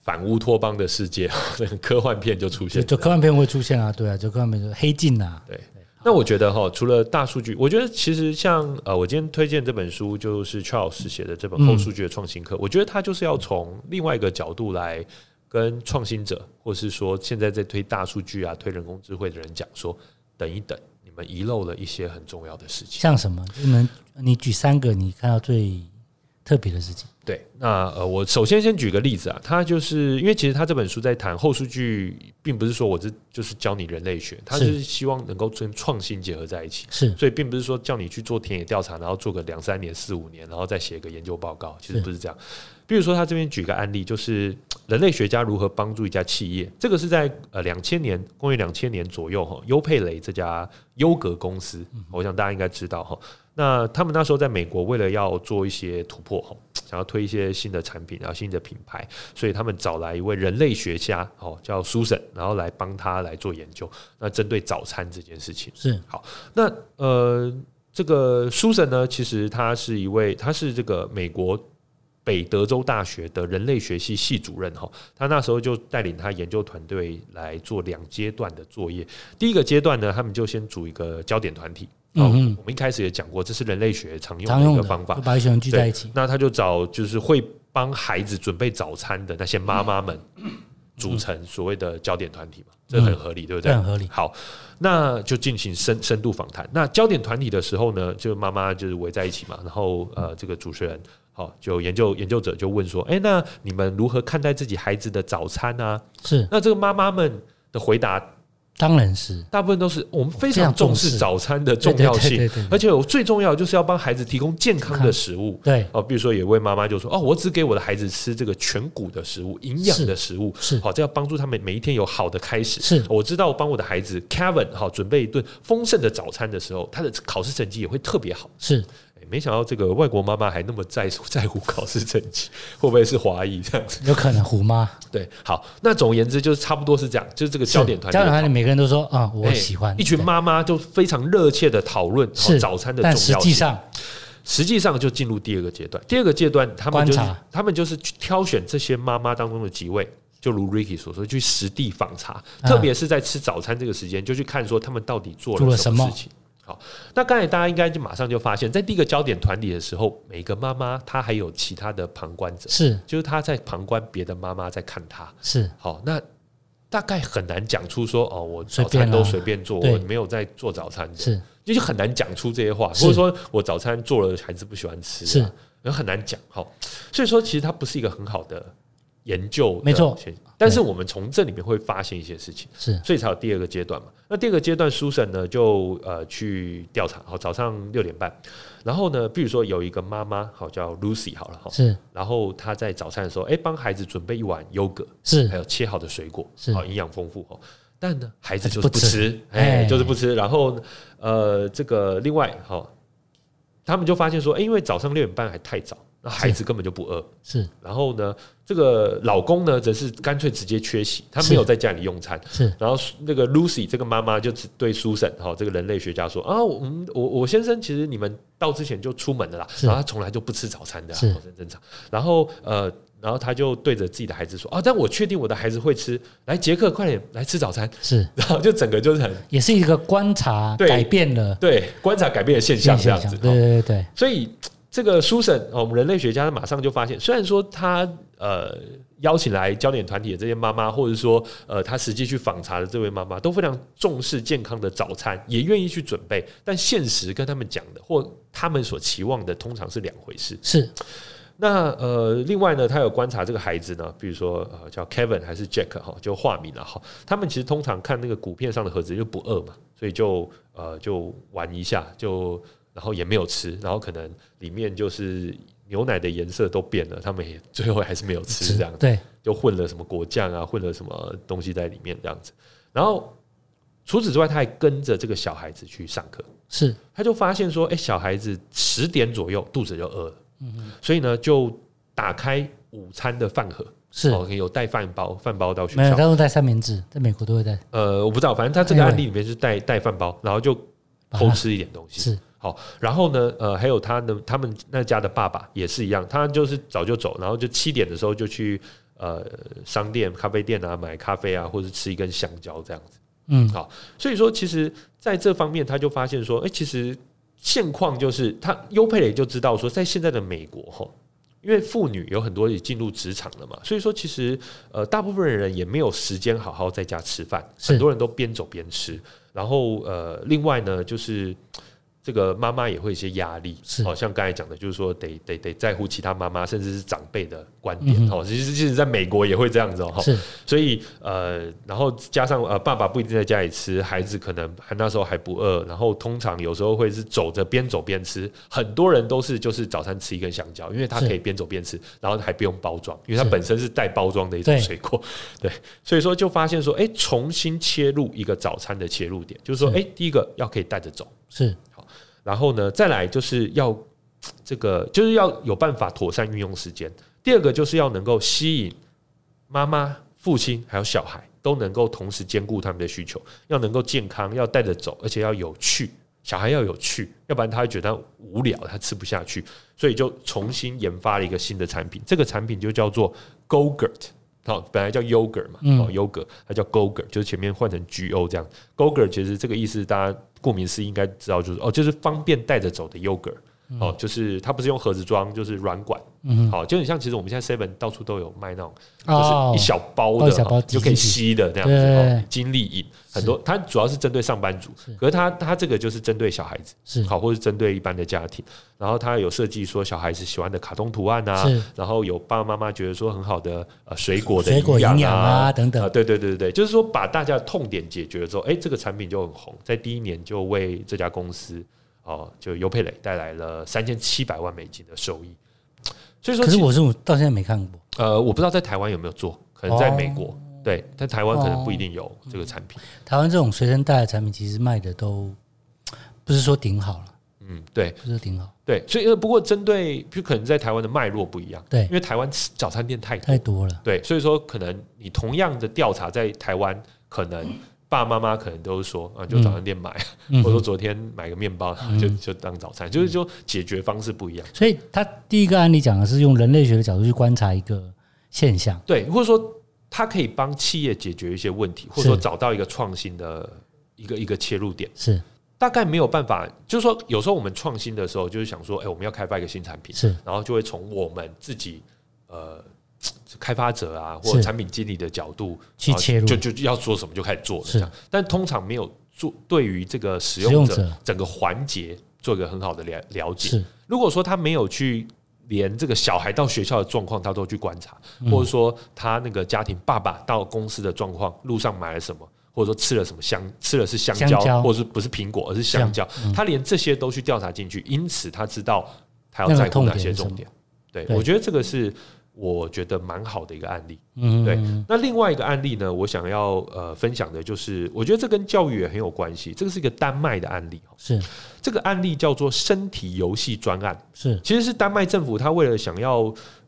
S1: 反乌托邦的世界， 那个科幻片就出现
S2: 就
S1: 了。
S2: 就科幻片会出现啊，对啊，就科幻片就黑镜啊，
S1: 对，那我觉得哈，除了大数据，我觉得其实像呃，我今天推荐这本书就是 Charles 写的这本《
S2: 嗯
S1: 后数据的创新课》，我觉得他就是要从另外一个角度来跟创新者，或是说现在在推大数据啊、推人工智慧的人讲说，等一等，你们遗漏了一些很重要的事情。
S2: 像什么？你们你举三个你看到最特别的事情。
S1: 对，那呃，我首先先举个例子啊，他就是因为其实他这本书在谈后数据，并不是说我这就是教你人类学，他就是是希望能够跟创新结合在一起，
S2: 是
S1: 所以并不是说叫你去做田野调查，然后做个两三年、四五年，然后再写个研究报告，其实
S2: 是
S1: 不是这样。比如说，他这边举个案例，就是人类学家如何帮助一家企业，这个是在呃两千年，公元两千年左右哈，优佩雷这家优格公司，我想大家应该知道哈。那他们那时候在美国，为了要做一些突破哈，想要推一些新的产品，然后新的品牌，所以他们找来一位人类学家哦，叫 Susan，然后来帮他来做研究。那针对早餐这件事情。
S2: 是
S1: 那呃，这个书神呢，其实他是一位，他是这个美国北德州大学的人类学系系主任哈。他那时候就带领他研究团队来做两阶段的作业。第一个阶段呢，他们就先组一个焦点团体。哦
S2: 嗯嗯，
S1: 我们一开始也讲过，这是人类学常用
S2: 常
S1: 的一
S2: 用
S1: 个
S2: 的
S1: 方法
S2: 就。把一群人聚在一起，
S1: 那他就找就是会帮孩子准备早餐的那些妈妈们，组成所谓的焦点团体嘛，这
S2: 嗯
S1: 很合理，对不对？
S2: 这很合理
S1: 嗯好，那就进行深深度访谈。那焦点团体的时候呢，就妈妈就是围在一起嘛，然后呃，这个主持人。好，就研究研究者就问说，哎、那你们如何看待自己孩子的早餐呢、
S2: 是
S1: 那这个妈妈们的回答，
S2: 当然是
S1: 大部分都是我们非
S2: 非
S1: 常
S2: 常
S1: 重
S2: 重
S1: 视
S2: 视
S1: 早餐的重要性，
S2: 对对对对
S1: 而
S2: 对
S1: 且我最重要就是要帮孩子提供健康的
S2: 康
S1: 食物。
S2: 对
S1: 哦，比如说有位妈妈就说：“哦，我只给我的孩子吃这个全谷的食物，营养的食物，
S2: 是
S1: 好、这要帮助他们每一天有好的开始。
S2: 是
S1: 我知道我帮我的孩子 Kevin 好、准备一顿丰盛的早餐的时候，他的考试成绩也会特别好。
S2: 是
S1: 哎没想到这个外国妈妈还那么在乎在乎考试成绩，会不会是华裔这样子？
S2: 有可能虎妈
S1: 对，好，那总而言之就是差不多是这样，就是这个焦点团体
S2: 焦
S1: 的讨
S2: 点团
S1: 论。
S2: 里每个人都说啊，我
S1: 哎
S2: 喜欢
S1: 一群
S2: 对
S1: 妈妈就非常热切的讨论哦
S2: 是
S1: 早餐的重
S2: 但
S1: 要性。
S2: 实际上
S1: 实际上就进入第二个阶段。第二个阶段，他们就是
S2: 观察
S1: 他们就是去挑选这些妈妈当中的几位，就如 Ricky 所说，去实地访查，
S2: 嗯
S1: 特别是在吃早餐这个时间，就去看说他们到底做
S2: 做
S1: 了
S2: 了
S1: 什么
S2: 什么
S1: 事情。好，那刚才大家应该就马上就发现，在第一个焦点团体的时候，每个妈妈她还有其他的旁观者，
S2: 是
S1: 就是她在旁观别的妈妈在看她。
S2: 是
S1: 好，那大概很难讲出说哦，我早
S2: 随便
S1: 餐
S2: 啊
S1: 都随便做，
S2: 对
S1: 我没有在做早餐的。
S2: 是
S1: 就就很难讲出这些话，
S2: 是
S1: 或者说我早餐做了孩子不喜欢吃、啊，
S2: 是
S1: 然后很难讲哈。所以说，其实它不是一个很好的研究的
S2: 没错
S1: 现象，但是我们从这里面会发现一些事情，
S2: 是
S1: 所以才有第二个阶段嘛。那第二个阶段，书审呢就呃去调查，好，早上六点半，然后呢，比如说有一个妈妈，好叫 Lucy 好了哈，
S2: 是
S1: 然后她在早餐的时候，哎、帮孩子准备一碗优格，还
S2: 是
S1: 有切好的水果，
S2: 是
S1: 好营养丰富哦。但呢，孩子
S2: 还是
S1: 就是
S2: 不
S1: 不
S2: 吃
S1: 吃，哎，
S2: 哎
S1: 就是不吃。然后呃，这个另外哈、哦，他们就发现说，哎，因为早上六点半还太早，那孩子根本就不饿。
S2: 是
S1: 然后呢，这个老公呢，则是干脆直接缺席，他没
S2: 是
S1: 有在家里用餐。
S2: 是
S1: 然后那个 Lucy 这个妈妈就只对 Susan 哈、这个人类学家说啊，我们我我先生其实你们到之前就出门了啦，
S2: 是
S1: 然后他从来就不吃早餐的啦，
S2: 是
S1: 哦很正常。然后呃，然后他就对着自己的孩子说啊，但我确定我的孩子会吃，来杰克快点来吃早餐。
S2: 是，
S1: 然后就整个就是很
S2: 也是一个观察
S1: 对
S2: 改变了
S1: 对观察改变的现象这样子，
S2: 对
S1: 哦
S2: 对对对，
S1: 所以这个书审，哦我们人类学家马上就发现，虽然说他呃邀请来焦点团体的这些妈妈，或者说呃他实际去访查的这位妈妈，都非常重视健康的早餐，也愿意去准备，但现实跟他们讲的或他们所期望的，通常是两回事。
S2: 是
S1: 那呃，另外呢，他有观察这个孩子呢，比如说呃叫 Kevin 还是 Jack 哈，就化名了哈。他们其实通常看那个股片上的盒子就不饿嘛，所以就呃就玩一下，就然后也没有吃，然后可能里面就是牛奶的颜色都变了，他们也最后还是没有吃这样子。
S2: 对
S1: 就混了什么果酱啊，混了什么东西在里面这样子。然后除此之外，他还跟着这个小孩子去上课，
S2: 是
S1: 他就发现说，哎、小孩子十点左右肚子就饿了，所以呢就打开午餐的饭盒，
S2: 是
S1: 哦、有带饭包，饭包到学
S2: 没有，
S1: 校。
S2: 他都带三明治，在美国都会带，
S1: 呃，我不知道，反正他这个案例里面是带带饭包，然后就偷吃一点东西。
S2: 是
S1: 好，然后呢，呃，还有他呢，他们那家的爸爸也是一样，他就是早就走，然后就七点的时候就去呃商店、咖啡店啊买咖啡啊，或者吃一根香蕉这样子。
S2: 嗯
S1: 好所以说，其实在这方面，他就发现说，哎、其实现况就是他优佩雷就知道说，在现在的美国哈。因为妇女有很多也进入职场了嘛，所以说其实呃，大部分人也没有时间好好在家吃饭，
S2: 是
S1: 很多人都边走边吃。然后呃，另外呢，就是这个妈妈也会有一些压力，
S2: 是
S1: 哦，像刚才讲的，就是说得得得在乎其他妈妈甚至是长辈的观
S2: 嗯
S1: 点哦，其实其实在美国也会这样子哦，
S2: 是
S1: 所以呃，然后加上呃，爸爸不一定在家里吃，孩子可能还那时候还不饿，然后通常有时候会是走着边走边吃，很多人都是就是早餐吃一根香蕉，因为它
S2: 是
S1: 可以边走边吃，然后还不用包装，因为它
S2: 是
S1: 本身是带包装的一种
S2: 对
S1: 水果，对，所以说就发现说，哎，重新切入一个早餐的切入点，就是说，
S2: 是
S1: 哎，第一个要可以带着走，
S2: 是
S1: 然后呢，再来就是要这个就是要有办法妥善运用时间。第二个就是要能够吸引妈妈、父亲还有小孩都能够同时兼顾他们的需求，要能够健康，要带着走，而且要有趣。小孩要有趣，要不然他会觉得无聊，他吃不下去，所以就重新研发了一个新的产品。这个产品就叫做 Gogurt，好、本来叫 yogurt 嘛，
S2: 嗯
S1: 哦 yogurt，它叫 Gogurt，就是前面换成 GO 这样。Gogurt 其实这个意思大家顾名思义应该知道，就是哦，就是方便带着走的 yogurt，哦，就是它不是用盒子装，就是软管，
S2: 嗯
S1: 好，就很像其实我们现在 Seven 到处都有卖那种，
S2: 哦
S1: 就是一小包
S2: 包
S1: 的，
S2: 一小包
S1: 哦就可以
S2: 挤进
S1: 吸的那样子，
S2: 对
S1: 哦精力饮很多，它主要是针对上班族，可是它它这个就是针对小孩子，
S2: 是
S1: 好，或是针对一般的家庭，然后它有设计说小孩子喜欢的卡通图案啊
S2: 是，
S1: 然后有爸爸妈妈觉得说很好的呃水果的
S2: 水果营
S1: 营
S2: 养
S1: 啊
S2: 啊等等
S1: 啊，对对对对对，就是说把大家的痛点解决了之后，哎，这个产品就很红，在第一年就为这家公司哦，就尤佩蕾带来了三千七百万美金的收益。所以说，
S2: 可
S1: 其
S2: 是
S1: 实
S2: 我是我到现在没看过，
S1: 呃，我不知道在台湾有没有做，可能在美国，
S2: 哦
S1: 对，但台湾可能不一定有这个产品。
S2: 台湾这种随身带的产品其实卖的都不是说顶好了，
S1: 嗯，对
S2: 不是说顶好，
S1: 对，所以呃，不过针对就可能在台湾的脉络不一样，
S2: 对
S1: 因为台湾吃早餐店太多
S2: 太多了，
S1: 对，所以说可能你同样的调查在台湾，可能爸爸妈妈可能都说啊，就早餐店买，
S2: 嗯
S1: 或者说昨天买个面包、就就当早餐，就是说解决方式不一样。
S2: 所以他第一个案例讲的是用人类学的角度去观察一个现象，
S1: 对，或者说它可以帮企业解决一些问题，或者说
S2: 是
S1: 找到一个创新的一个一个切入点。
S2: 是
S1: 大概没有办法，就是说有时候我们创新的时候，就是想说，哎、我们要开发一个新产品，
S2: 是
S1: 然后就会从我们自己呃开发者啊或者
S2: 是
S1: 产品经理的角度
S2: 去
S1: 然后
S2: 切入
S1: 啊就就就要做什么就开始做了
S2: 是
S1: 这样。但通常没有做对于这个使
S2: 使
S1: 用
S2: 用
S1: 者
S2: 者
S1: 整个环节做一个很好的了了解。
S2: 是
S1: 如果说他没有去连这个小孩到学校的状况他都去观察，
S2: 嗯
S1: 或者说他那个家庭爸爸到公司的状况，路上买了什么。或者说吃了什么香，吃了是香蕉，
S2: 香蕉嗯
S1: 或者是不是苹果，而是香蕉。他连这些都去调查进去，因此他知道他要
S2: 那个
S1: 在乎
S2: 痛
S1: 哪
S2: 点
S1: 些
S2: 是什
S1: 重
S2: 么
S1: 点。对，
S2: 对
S1: 我觉得这个是我觉得蛮好的一个案例。
S2: 嗯
S1: 对，那另外一个案例呢，我想要呃分享的就是，我觉得这跟教育也很有关系。这个是一个丹麦的案例哦，
S2: 是
S1: 这个案例叫做身体游戏专案，
S2: 是
S1: 其实是丹麦政府他为了想要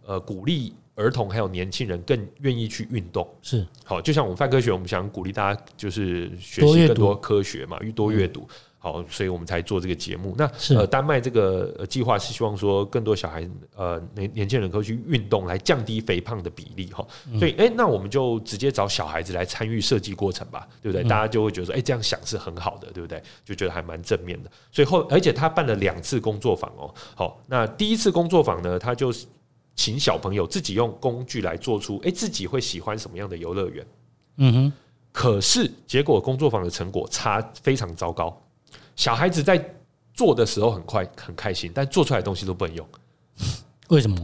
S1: 呃鼓励儿童还有年轻人更愿意去运动。
S2: 是
S1: 好，就像我们泛科学，我们想鼓励大家就是学
S2: 多
S1: 习
S2: 阅
S1: 更多
S2: 读
S1: 科学嘛，多阅读。好，所以我们才做这个节目。那
S2: 是
S1: 呃，丹麦这个呃计划是希望说更多小孩呃年年轻人可以去运动，来降低肥胖的比例哈。所以哎、诶那我们就直接找小孩子来参与设计过程吧，对不对？大家就会觉得说，哎、这样想是很好的，对不对？就觉得还蛮正面的。所以后，而且他办了两次工作坊哦。好，那第一次工作坊呢，他就是请小朋友自己用工具来做出，哎、自己会喜欢什么样的游乐园。
S2: 嗯哼
S1: 可是结果工作坊的成果差非常糟糕，小孩子在做的时候很快很开心，但做出来的东西都不能用。
S2: 为什么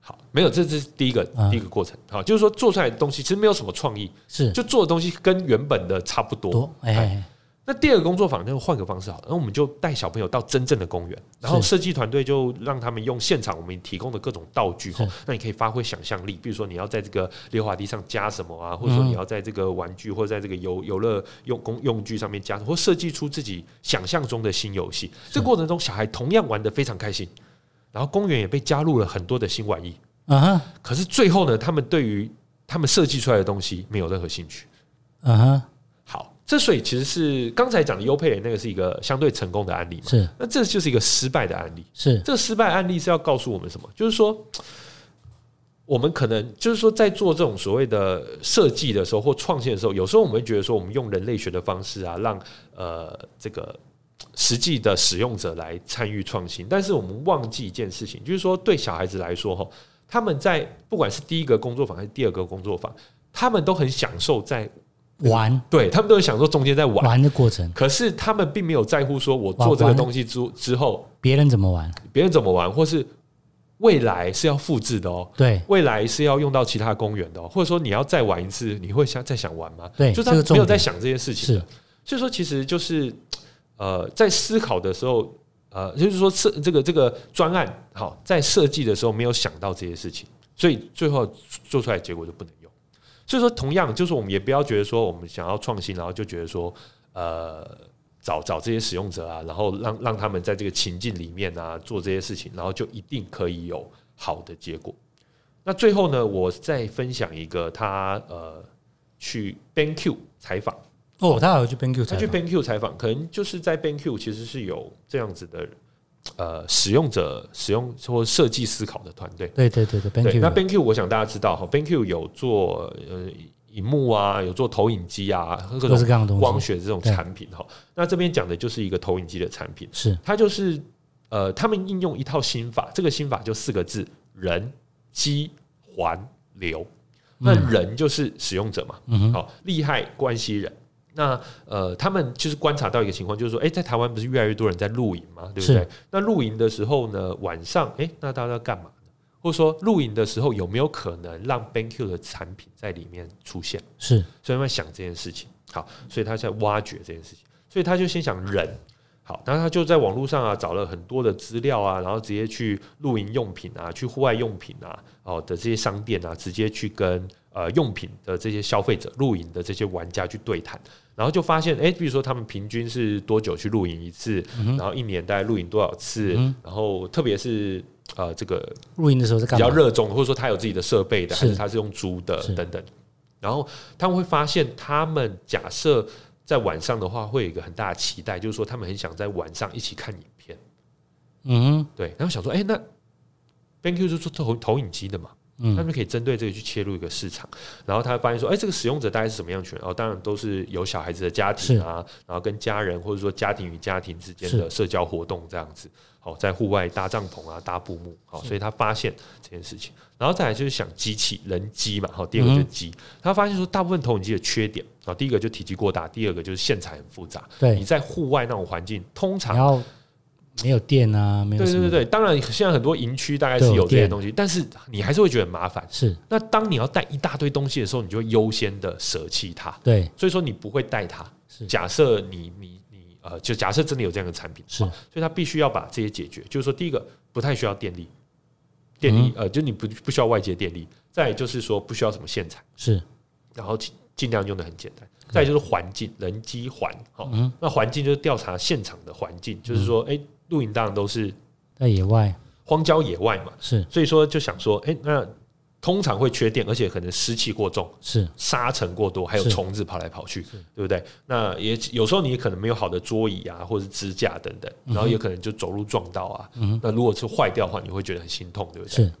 S1: 好，没有，这这是第一个
S2: 嗯
S1: 第一个过程。好，就是说做出来的东西其实没有什么创意，
S2: 是
S1: 就做的东西跟原本的差不多。
S2: 多哎哎
S1: 那第二个工作坊，那就换个方式好了，那我们就带小朋友到真正的公园，然后
S2: 是
S1: 设计团队就让他们用现场我们提供的各种道具
S2: 是，
S1: 那你可以发挥想象力，比如说你要在这个溜滑梯上加什
S2: 嗯
S1: 么啊，或者说你要在这个玩具或者在这个游游乐用工用具上面加什么，或设计出自己想象中的新游戏。这过程中，小孩同样玩得非常开心，然后公园也被加入了很多的新玩意。
S2: 嗯哼
S1: 可是最后呢，他们对于他们设计出来的东西没有任何兴趣。
S2: 嗯哼
S1: 好，这所以其实是刚才讲的优佩雷那个是一个相对成功的案例嘛，
S2: 是
S1: 那这就是一个失败的案例。
S2: 是
S1: 这个失败案例是要告诉我们什么？就是说，我们可能就是说，在做这种所谓的设计的时候或创新的时候，有时候我们会觉得说，我们用人类学的方式啊，让呃这个实际的使用者来参与创新，但是我们忘记一件事情，就是说对小孩子来说，哈，他们在不管是第一个工作坊还是第二个工作坊，他们都很享受在
S2: 玩
S1: 对他们都很享受中间在玩，
S2: 玩的过程，
S1: 可是他们并没有在乎说我做这个东西之之后
S2: 别人怎么玩？
S1: 别人怎么玩，或是未来是要复制的哦。
S2: 对
S1: 未来是要用到其他公园的、哦，或者说你要再玩一次，你会想再想玩吗？
S2: 对
S1: 就是
S2: 这
S1: 他
S2: 个重
S1: 没有在
S2: 点
S1: 想这件事情
S2: 是
S1: 的。所以说，其实就是呃，在思考的时候，呃，就是说设这个这个专案好，在设计的时候没有想到这些事情，所以最后做出来的结果就不能用。所以说，同样就是我们也不要觉得说我们想要创新，然后就觉得说呃。找找这些使用者啊，然后让让他们在这个情境里面啊做这些事情，然后就一定可以有好的结果。那最后呢，我再分享一个他呃去 BenQ 采访，
S2: 哦，他还有去 BenQ
S1: 他
S2: 采
S1: 去
S2: 访，
S1: BenQ 采访，可能就是在 BenQ 其实是有这样子的呃使用者使用或设计思考的团队。
S2: 对对对对
S1: 对，那
S2: ，BenQ
S1: BenQ 我想大家知道哈，BenQ 有做呃荧幕啊，有做投影机啊，各
S2: 各式
S1: 种
S2: 各样的东
S1: 光
S2: 西
S1: 学这种
S2: 对
S1: 产品哈。那这边讲的就是一个投影机的产品，
S2: 是
S1: 它就是呃他们应用一套心法，这个心法就四个字：人、机、环、流。那
S2: 嗯
S1: 人就是使用者嘛，
S2: 嗯哼，
S1: 好、利害关系人。那呃，他们就是观察到一个情况，就是说，哎、在台湾不是越来越多人在露营嘛，对不对
S2: 是？
S1: 那露营的时候呢，晚上，哎、那大家要干嘛呢？或者说，露营的时候有没有可能让 BenQ 的产品在里面出现？
S2: 是
S1: 所以他们在想这件事情。好，所以他在挖掘这件事情，所以他就先想人。好，然后他就在网络上啊找了很多的资料啊，然后直接去露营用品啊、去户外用品啊、哦的这些商店啊，直接去跟呃用品的这些消费者、露营的这些玩家去对谈，然后就发现，哎，比如说他们平均是多久去露营一次，然后一年大概露营多少次，
S2: 嗯
S1: 然后特别是呃这个
S2: 录音的时候在
S1: 比
S2: 干
S1: 较
S2: 嘛？
S1: 热衷，或者说他有自己的设备的，
S2: 是
S1: 还是他是用租的
S2: 是
S1: 等等。然后他们会发现，他们假设在晚上的话，会有一个很大的期待，就是说他们很想在晚上一起看影片。
S2: 嗯哼，
S1: 对，然后想说，哎、那 BenQ 是做投投影机的嘛，
S2: 嗯
S1: 他们可以针对这个去切入一个市场，然后他发现说，哎、这个使用者大概是什么样的群？哦，当然都是有小孩子的家庭啊，然后跟家人或者说家庭与家庭之间的社交活动这样子。好、在户外搭帐篷啊，搭布幕，好、所以他发现这件事情，然后再来就是想机器人机嘛，好、第二
S2: 嗯
S1: 个就是机，他发现说大部分投影机的缺点啊、第一个就体积过大，第二个就是线材很复杂，
S2: 对
S1: 你在户外那种环境，通常
S2: 然后没有电啊，没有
S1: 对
S2: 什
S1: 对对对，
S2: 么，
S1: 当然现在很多营区大概
S2: 都
S1: 是
S2: 有
S1: 有这些
S2: 电
S1: 东西，但是你还是会觉得很麻烦。
S2: 是，
S1: 那当你要带一大堆东西的时候，你就会优先的舍弃它，
S2: 对
S1: 所以说你不会带它
S2: 是。
S1: 假设你你你呃，就假设真的有这样的产品，
S2: 是
S1: 哦所以它必须要把这些解决。就是说，第一个不太需要电力，电
S2: 嗯
S1: 力、呃，就你不不需要外界电力。再来就是说不需要什么线材，
S2: 是
S1: 然后尽尽量用的很简单。再来就是环境，人机环，好、
S2: 嗯
S1: 那环境就是调查现场的环境，就是说，哎、露营当然都是
S2: 在野外
S1: 荒郊野外嘛，
S2: 是
S1: 所以说就想说，哎、那通常会缺电，而且可能湿气过重、
S2: 是
S1: 沙尘过多，还有
S2: 是
S1: 虫子跑来跑去，对不对？那也有时候你可能没有好的桌椅啊，或者是支架等等，
S2: 嗯
S1: 然后也可能就走路撞到啊。那如果是坏掉的话，你会觉得很心痛，对不对？
S2: 是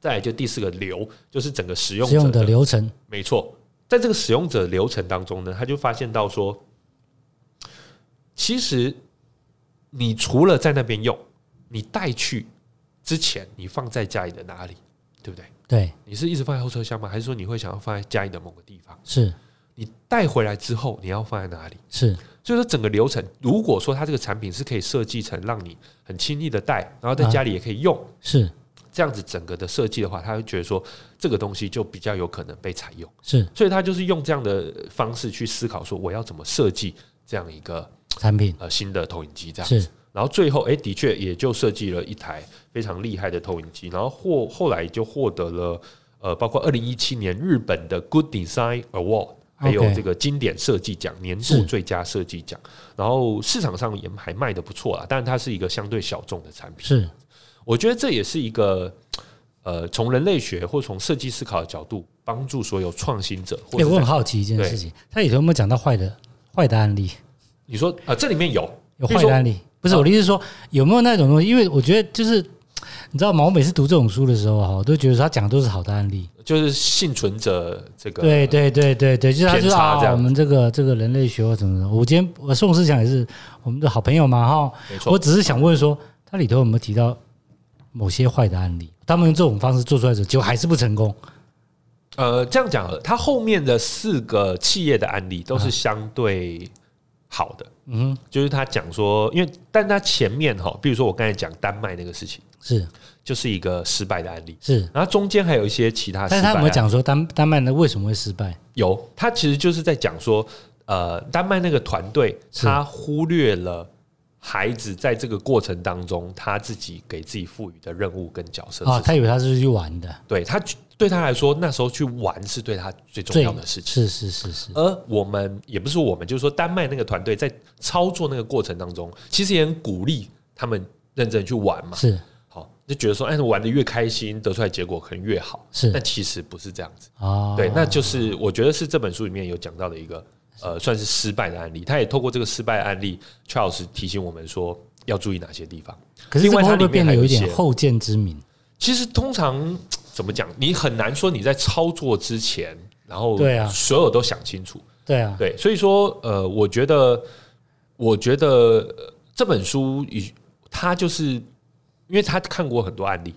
S1: 再来就第四个流，就是整个使用
S2: 使
S1: 者
S2: 用
S1: 的
S2: 的流程
S1: 没错，在这个使用者流程当中呢，他就发现到说，其实你除了在那边用，你带去之前，你放在家里的哪里，对不对？
S2: 对
S1: 你是一直放在后车厢吗？还是说你会想要放在家里的某个地方？
S2: 是
S1: 你带回来之后，你要放在哪里？
S2: 是
S1: 所以说整个流程，如果说它这个产品是可以设计成让你很轻易的带，然后在家里也可以用，
S2: 是
S1: 这样子整个的设计的话，他会觉得说这个东西就比较有可能被采用。
S2: 是
S1: 所以他就是用这样的方式去思考，说我要怎么设计这样一个
S2: 产品
S1: 呃新的投影机这样。
S2: 是
S1: 然后最后，哎、的确也就设计了一台非常厉害的投影机，然后获后来就获得了呃，包括二零一七年日本的 Good Design Award。还有
S2: OK
S1: 这个经典设计奖、年
S2: 是
S1: 度最佳设计奖，然后市场上也还卖的不错啊啦，但是它是一个相对小众的产品。
S2: 是
S1: 我觉得这也是一个呃，从人类学或从设计思考的角度，帮助所有创新者。或
S2: 哎、
S1: 者
S2: 我
S1: 在
S2: 很好奇一件事情，他里头有没有讲到坏的坏的案例？
S1: 你说啊、这里面有
S2: 有
S1: 比如
S2: 坏
S1: 说
S2: 的案例？不是我的意思是说，有没有那种东西？因为我觉得就是，你知道吗？我每次读这种书的时候哈，我都觉得说他讲的都是好的案例。
S1: 就是幸存者这个
S2: 对对对对对，就是他就是
S1: 偏差这
S2: 啊，
S1: 样
S2: 我们这个这个人类学或怎么的。我今天我宋思想也是我们的好朋友嘛哈，
S1: 没错
S2: 我，只是想问说，它里头有没有提到某些坏的案例？他们用这种方式做出来的时候，结果还是不成功。
S1: 呃，这样讲好了，它后面的四个企业的案例都是相对好的，
S2: 嗯嗯哼，
S1: 就是他讲说，因为但他前面哈，比如说我刚才讲丹麦那个事情，
S2: 是
S1: 就是一个失败的案例，
S2: 是，
S1: 然后中间还有一些其他失
S2: 但
S1: 败啊的
S2: 是他有
S1: 案
S2: 没
S1: 例
S2: 有讲说丹丹麦的为什么会失败？
S1: 有，他其实就是在讲说，呃，丹麦那个团队
S2: 是
S1: 他忽略了孩子在这个过程当中他自己给自己赋予的任务跟角色是什
S2: 啊，
S1: 么，
S2: 他以为他是去玩的，
S1: 对他对他来说，那时候去玩是对他最重
S2: 最
S1: 要的事情。
S2: 是是是是，
S1: 而我们也不是我们，就是说丹麦那个团队在操作那个过程当中，其实也很鼓励他们认真去玩嘛。
S2: 是
S1: 好，就觉得说，哎，玩的越开心，得出来结果可能越好。
S2: 是
S1: 但其实不是这样子。
S2: 啊，
S1: 对，那就是我觉得是这本书里面有讲到的一个呃，算是失败的案例。他也透过这个失败的案例，Charles 提醒我们说要注意哪些地方。
S2: 可是这
S1: 另外
S2: 个
S1: 它
S2: 会不会
S1: 里面
S2: 变
S1: 还
S2: 得
S1: 有
S2: 有
S1: 一
S2: 一
S1: 些
S2: 点后见之明？
S1: 其实通常怎么讲，你很难说你在操作之前，然后
S2: 对啊
S1: 所有都想清楚。
S2: 对啊，
S1: 对，所以说，呃，我觉得，我觉得呃这本书以他就是因为他看过很多案例，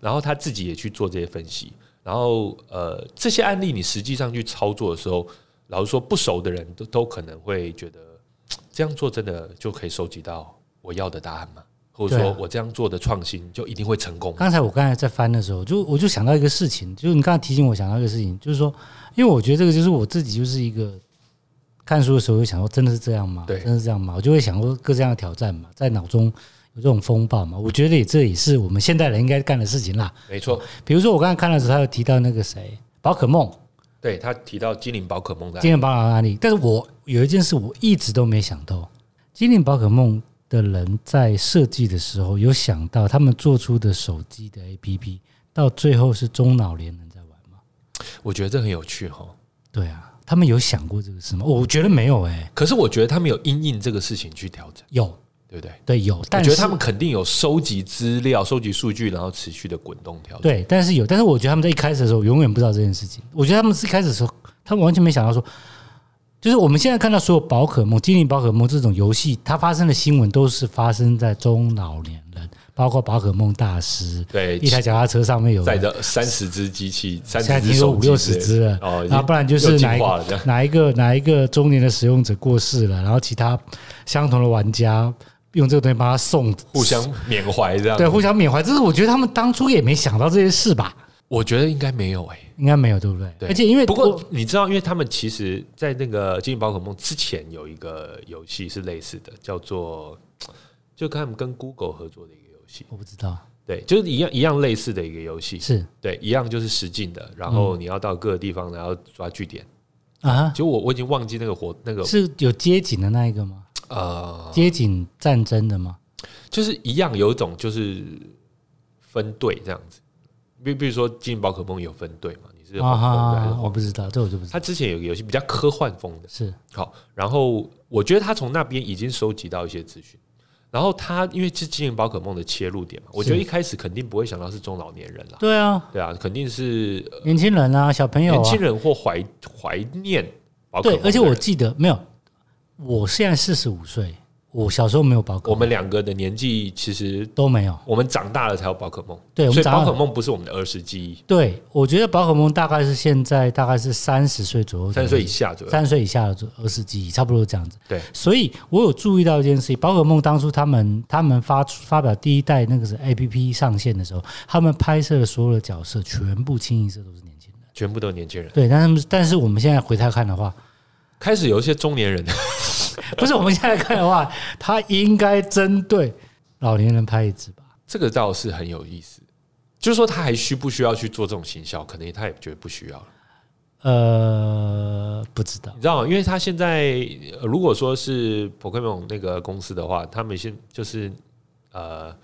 S1: 然后他自己也去做这些分析，然后呃，这些案例你实际上去操作的时候，老实说，不熟的人都都可能会觉得嘖这样做真的就可以收集到我要的答案吗？或者
S2: 对
S1: 说
S2: 啊
S1: 我这样做的创新就一定会成功吗？
S2: 刚才我刚才在翻的时候，就我就想到一个事情，就是你刚才提醒我想到一个事情，就是说，因为我觉得这个就是我自己就是一个看书的时候，就想说真的是这样吗？
S1: 对
S2: 真的是这样吗？我就会想过各这样的挑战嘛，在脑中有这种风暴嘛。我觉得也这也是我们现代人应该干的事情啦。
S1: 没错，
S2: 比如说我刚才看的时候，他有提到那个谁，宝可梦，
S1: 对他提到精灵宝可梦的案
S2: 精灵宝可梦的案例，但是我有一件事我一直都没想透，精灵宝可梦的人在设计的时候有想到他们做出的手机的 APP 到最后是中老年人在玩吗？
S1: 例，我觉得这很有趣哈、
S2: 对啊，他们有想过这个事吗？我觉得没有哎、
S1: 可是我觉得他们有因应这个事情去调整，
S2: 有
S1: 对不对？
S2: 对有，
S1: 我
S2: 但
S1: 觉
S2: 是
S1: 得他们肯定有收集资料、收集数据，然后持续的滚动调整。
S2: 对，但是有，但是我觉得他们在一开始的时候永远不知道这件事情。我觉得他们是一开始的时候，他们完全没想到说，就是我们现在看到所有宝可梦、精灵宝可梦这种游戏，它发生的新闻都是发生在中老年人，包括宝可梦大师，
S1: 对
S2: 一台脚踏车上面有
S1: 载着三十只机器，三
S2: 现在
S1: 十
S2: 听
S1: 只
S2: 说
S1: 手
S2: 五
S1: 机
S2: 六十
S1: 之
S2: 只
S1: 类
S2: 了
S1: 的，哦，已
S2: 然
S1: 经
S2: 后不然就
S1: 又
S2: 是
S1: 进
S2: 哪一
S1: 化
S2: 个
S1: 了这样。
S2: 哪一个哪一个中年的使用者过世了，然后其他相同的玩家用这个东西帮他送，
S1: 互相缅怀这样，
S2: 对互相缅怀。这是我觉得他们当初也没想到这些事吧？
S1: 我觉得应该没有哎、
S2: 应该没有，对不对？
S1: 对
S2: 而且因为
S1: 不过
S2: 我
S1: 你知道，因为他们其实，在那个《精灵宝可梦》之前有一个游戏是类似的，叫做就跟他们跟 Google 合作的一个游戏，
S2: 我不知道，
S1: 对，就是一样一样类似的一个游戏，
S2: 是
S1: 对，一样就是实境的，然
S2: 嗯
S1: 后你要到各个地方，然后抓据点。
S2: 啊，
S1: 就我我已经忘记那个活那个
S2: 是有街景的那一个吗？
S1: 呃，
S2: 街景战争的吗？
S1: 就是一样有一种就是分队这样子，比比如说精灵宝可梦有分队嘛，你是
S2: 啊
S1: 黄蜂的还是
S2: 哈，我
S1: 黄？
S2: 不知道，这我就不知道。
S1: 他之前有个游戏比较科幻风的，
S2: 是
S1: 好，然后我觉得他从那边已经收集到一些资讯。然后他因为是精灵宝可梦的切入点嘛，我觉得一开始肯定不会想到是中老年人啦，
S2: 对啊，
S1: 对啊，肯定是呃
S2: 年轻人啊，小朋友
S1: 年
S2: 啊
S1: 轻，人或怀怀念宝可
S2: 对
S1: 梦。，
S2: 而且我记得没有，我现在四十五岁，我小时候没有宝可
S1: 我
S2: 梦，
S1: 们两个的年纪其实
S2: 都没有。
S1: 我们长大了才有宝可梦，
S2: 对
S1: 嗯
S2: 我
S1: 所
S2: 们
S1: 以
S2: 长大
S1: 宝
S2: 了
S1: 可梦不是我们的儿时记忆，
S2: 对，我觉得宝可梦大概是现在大概是三十岁左右，
S1: 三十岁以下左右。
S2: 三十岁以下的左二十几，差不多这样子。
S1: 对，
S2: 所以我有注意到一件事情，宝可梦当初他们他们发出发表第一代那个是 A P P 上线的时候，他们拍摄的所有的角色全部清一色都是年轻人。
S1: 全部都是年轻人，
S2: 对，但是但是我们现在回头看的话，
S1: 开始有一些中年人，
S2: 不是我们现在看的话，他应该针对老年人拍一支吧？
S1: 这个倒是很有意思。就是说，他还需不需要去做这种行销？可能他也觉得不需要了，
S2: 呃，不知道
S1: 你知道吗？因为他现在、呃如果说是 Pokemon 那个公司的话，他们现就是呃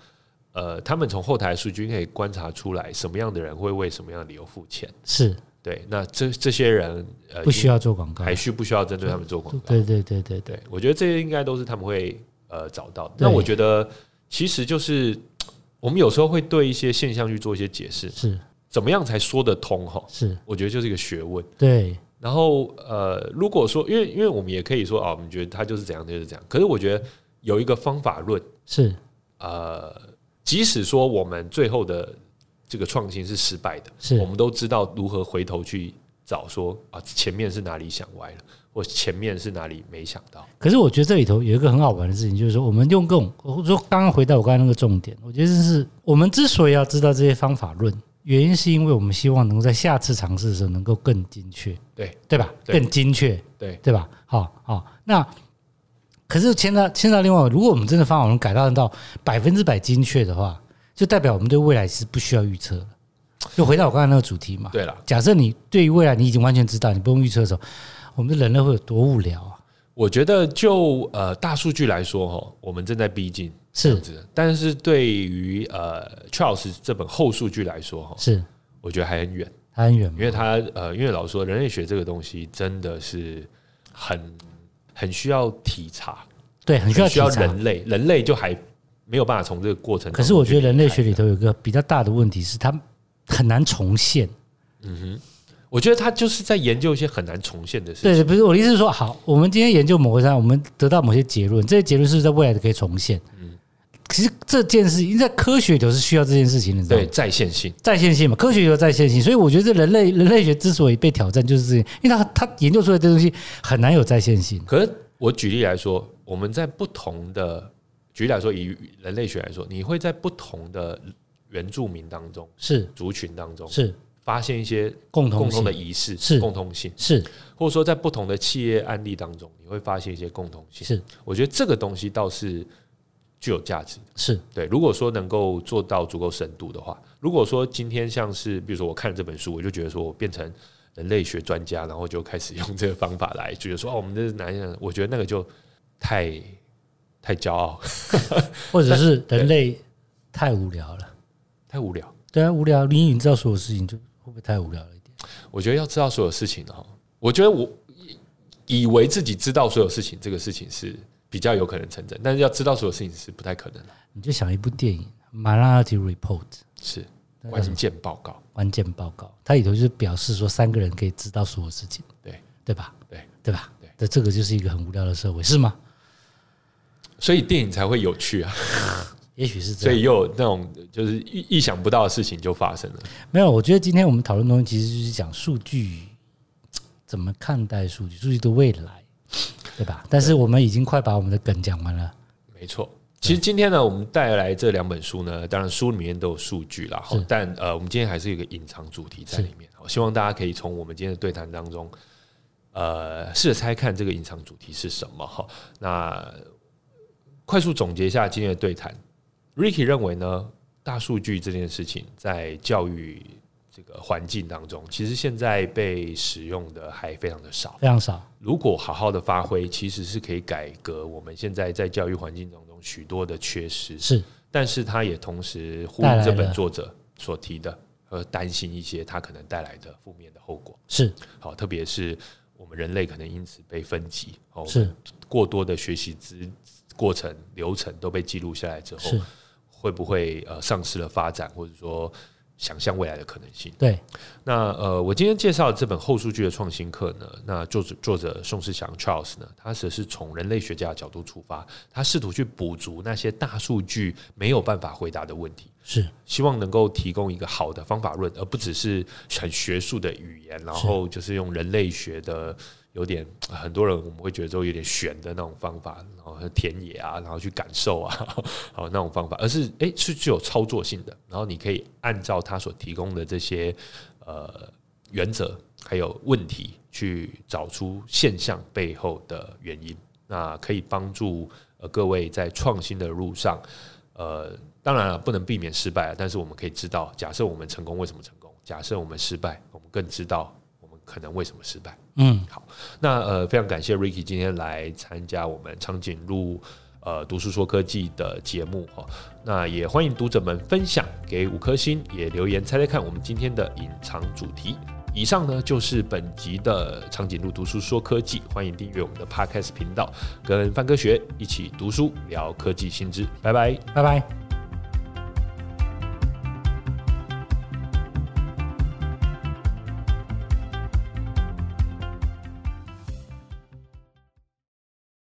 S1: 呃，他们从后台数据可以观察出来什么样的人会为什么样的理由付钱。
S2: 是
S1: 对，那这这些人呃
S2: 不需要做广告，
S1: 还需不需要针对他们做广告？
S2: 对对对对对
S1: 对，我觉得这些应该都是他们会呃找到的。
S2: 对
S1: 那我觉得其实就是我们有时候会对一些现象去做一些解释，
S2: 是
S1: 怎么样才说得通哈？
S2: 是，
S1: 我觉得就是一个学问。
S2: 对
S1: 然后呃，如果说因为因为我们也可以说啊，我们觉得他就是怎样就是怎样，可是我觉得有一个方法论，
S2: 是
S1: 呃，即使说我们最后的这个创新是失败的，
S2: 是
S1: 我们都知道如何回头去找说啊，前面是哪里想歪了，或前面是哪里没想到。
S2: 可是我觉得这里头有一个很好玩的事情，就是说我们用各种，我说刚刚回到我刚才那个重点，我觉得这是我们之所以要知道这些方法论，原因是因为我们希望能够在下次尝试的时候能够更精确，
S1: 对
S2: 对吧？
S1: 对
S2: 更精确，
S1: 对
S2: 对吧？好好，那可是牵到牵到另外，如果我们真的方法论改造到百分之百精确的话，就代表我们对未来是不需要预测了。就回到我刚才那个主题嘛，
S1: 对了，
S2: 假设你对于未来你已经完全知道，你不用预测的时候，我们的人类会有多无聊啊？
S1: 我觉得就呃大数据来说哈，我们正在逼近这
S2: 是
S1: 样子，但是对于呃 Charles 这本后数据来说哈，
S2: 是，
S1: 我觉得还很远，
S2: 它很远嘛
S1: 因为他呃，因为老实说人类学这个东西真的是很很需要体察，
S2: 对，很需要
S1: 很需要
S2: 体察
S1: 人类，人类就还没有办法从这个过程。
S2: 可是我觉得人类学里，头有一个比较大的问题是，它很难重现。
S1: 我觉得他就是在研究一些很难重现的事情。
S2: 对，不是我的意思是说，好，我们今天研究某个山，我们得到某些结论，这些结论是不是在未来的可以重现？
S1: 嗯
S2: 其实这件事情在科学里头是需要这件事情的，你知道
S1: 对，
S2: 吗？
S1: 在线性，
S2: 在线性嘛，科学有在线性，所以我觉得人类人类学之所以被挑战，就是这些，因为它它研究出来的东西很难有在线性。
S1: 可是我举例来说，我们在不同的举例来说，以人类学来说，你会在不同的原住民当中、
S2: 是
S1: 族群当中，
S2: 是，
S1: 发现一些
S2: 共同
S1: 共
S2: 性
S1: 同的仪式、
S2: 是
S1: 共通性，
S2: 是
S1: 或者说在不同的企业案例当中，你会发现一些共同性。
S2: 是
S1: 我觉得这个东西倒是具有价值的。
S2: 是
S1: 对，如果说能够做到足够深度的话，如果说今天像是比如说我看了这本书，我就觉得说我变成人类学专家，然后就开始 用这个方法来觉得说哦，我们这是哪一样？我觉得那个就太太骄傲，
S2: 或者是人类太无聊了。
S1: 太无聊。
S2: 对啊，无聊，你已经知道所有事情，就会不会太无聊了一点？
S1: 我觉得要知道所有事情哈，我觉得我以为自己知道所有事情，这个事情是比较有可能成真，但是要知道所有事情是不太可能的。
S2: 你就想一部电影《Minority Report》
S1: 是
S2: 那叫什
S1: 关
S2: 么
S1: 键报告，
S2: 关键报告，它里头就是表示说三个人可以知道所有事情，
S1: 对
S2: 对吧？
S1: 对
S2: 对吧？
S1: 对
S2: 这这个就是一个很无聊的社会，是吗？
S1: 所以电影才会有趣啊，
S2: 也许是这
S1: 所
S2: 样。
S1: 以又有那种就是意意想不到的事情就发生了。
S2: 没有，我觉得今天我们讨论的东西其实就是讲数据怎么看待数据，数据的未来，对吧？但是我们已经快把我们的梗讲完了，
S1: 没错。其实今天呢，我们带来这两本书呢，当然书里面都有数据啦，好
S2: 是
S1: 但呃，我们今天还是有一个隐藏主题在里面。我希望大家可以从我们今天的对谈当中，呃，试着猜看这个隐藏主题是什么哈。那快速总结一下今天的对谈，Ricky 认为呢，大数据这件事情在教育这个环境当中，其实现在被使用的还非常的少。
S2: 非常少。
S1: 如果好好的发挥，其实是可以改革我们现在在教育环境当中许多的缺失，
S2: 是
S1: 但是它也同时呼
S2: 带来
S1: 应
S2: 了
S1: 这本作者所提的和担心一些它可能带来的负面的后果。
S2: 是
S1: 好，特别是我们人类可能因此被分级，哦，
S2: 是
S1: 过多的学习资过程流程都被记录下来之后，
S2: 是，
S1: 会不会呃丧失了发展，或者说想象未来的可能性？
S2: 对，
S1: 那呃，我今天介绍这本后数据的创新课呢，那作者作者宋世祥 Charles 呢，他只是从人类学家的角度出发，他试图去补足那些大数据没有办法回答的问题，
S2: 是
S1: 希望能够提供一个好的方法论，而不只是很学术的语言，然后就是用人类学的有点呃很多人我们会觉得说有点玄的那种方法，然后田野啊，然后去感受啊， 好那种方法，而是诶是具有操作性的，然后你可以按照他所提供的这些呃原则还有问题去找出现象背后的原因，那可以帮助呃各位在创新的路上，呃当然了不能避免失败，啊但是我们可以知道，假设我们成功为什么成功，假设我们失败，我们更知道我们可能为什么失败。
S2: 嗯，
S1: 那呃，非常感谢 Ricky 今天来参加我们长颈鹿呃读书说科技的节目哦。那也欢迎读者们分享给五颗星，也留言猜猜看我们今天的隐藏主题。以上呢就是本集的长颈鹿读书说科技，欢迎订阅我们的 Podcast 频道，跟范科学一起读书聊科技新知，拜拜。
S2: 拜拜。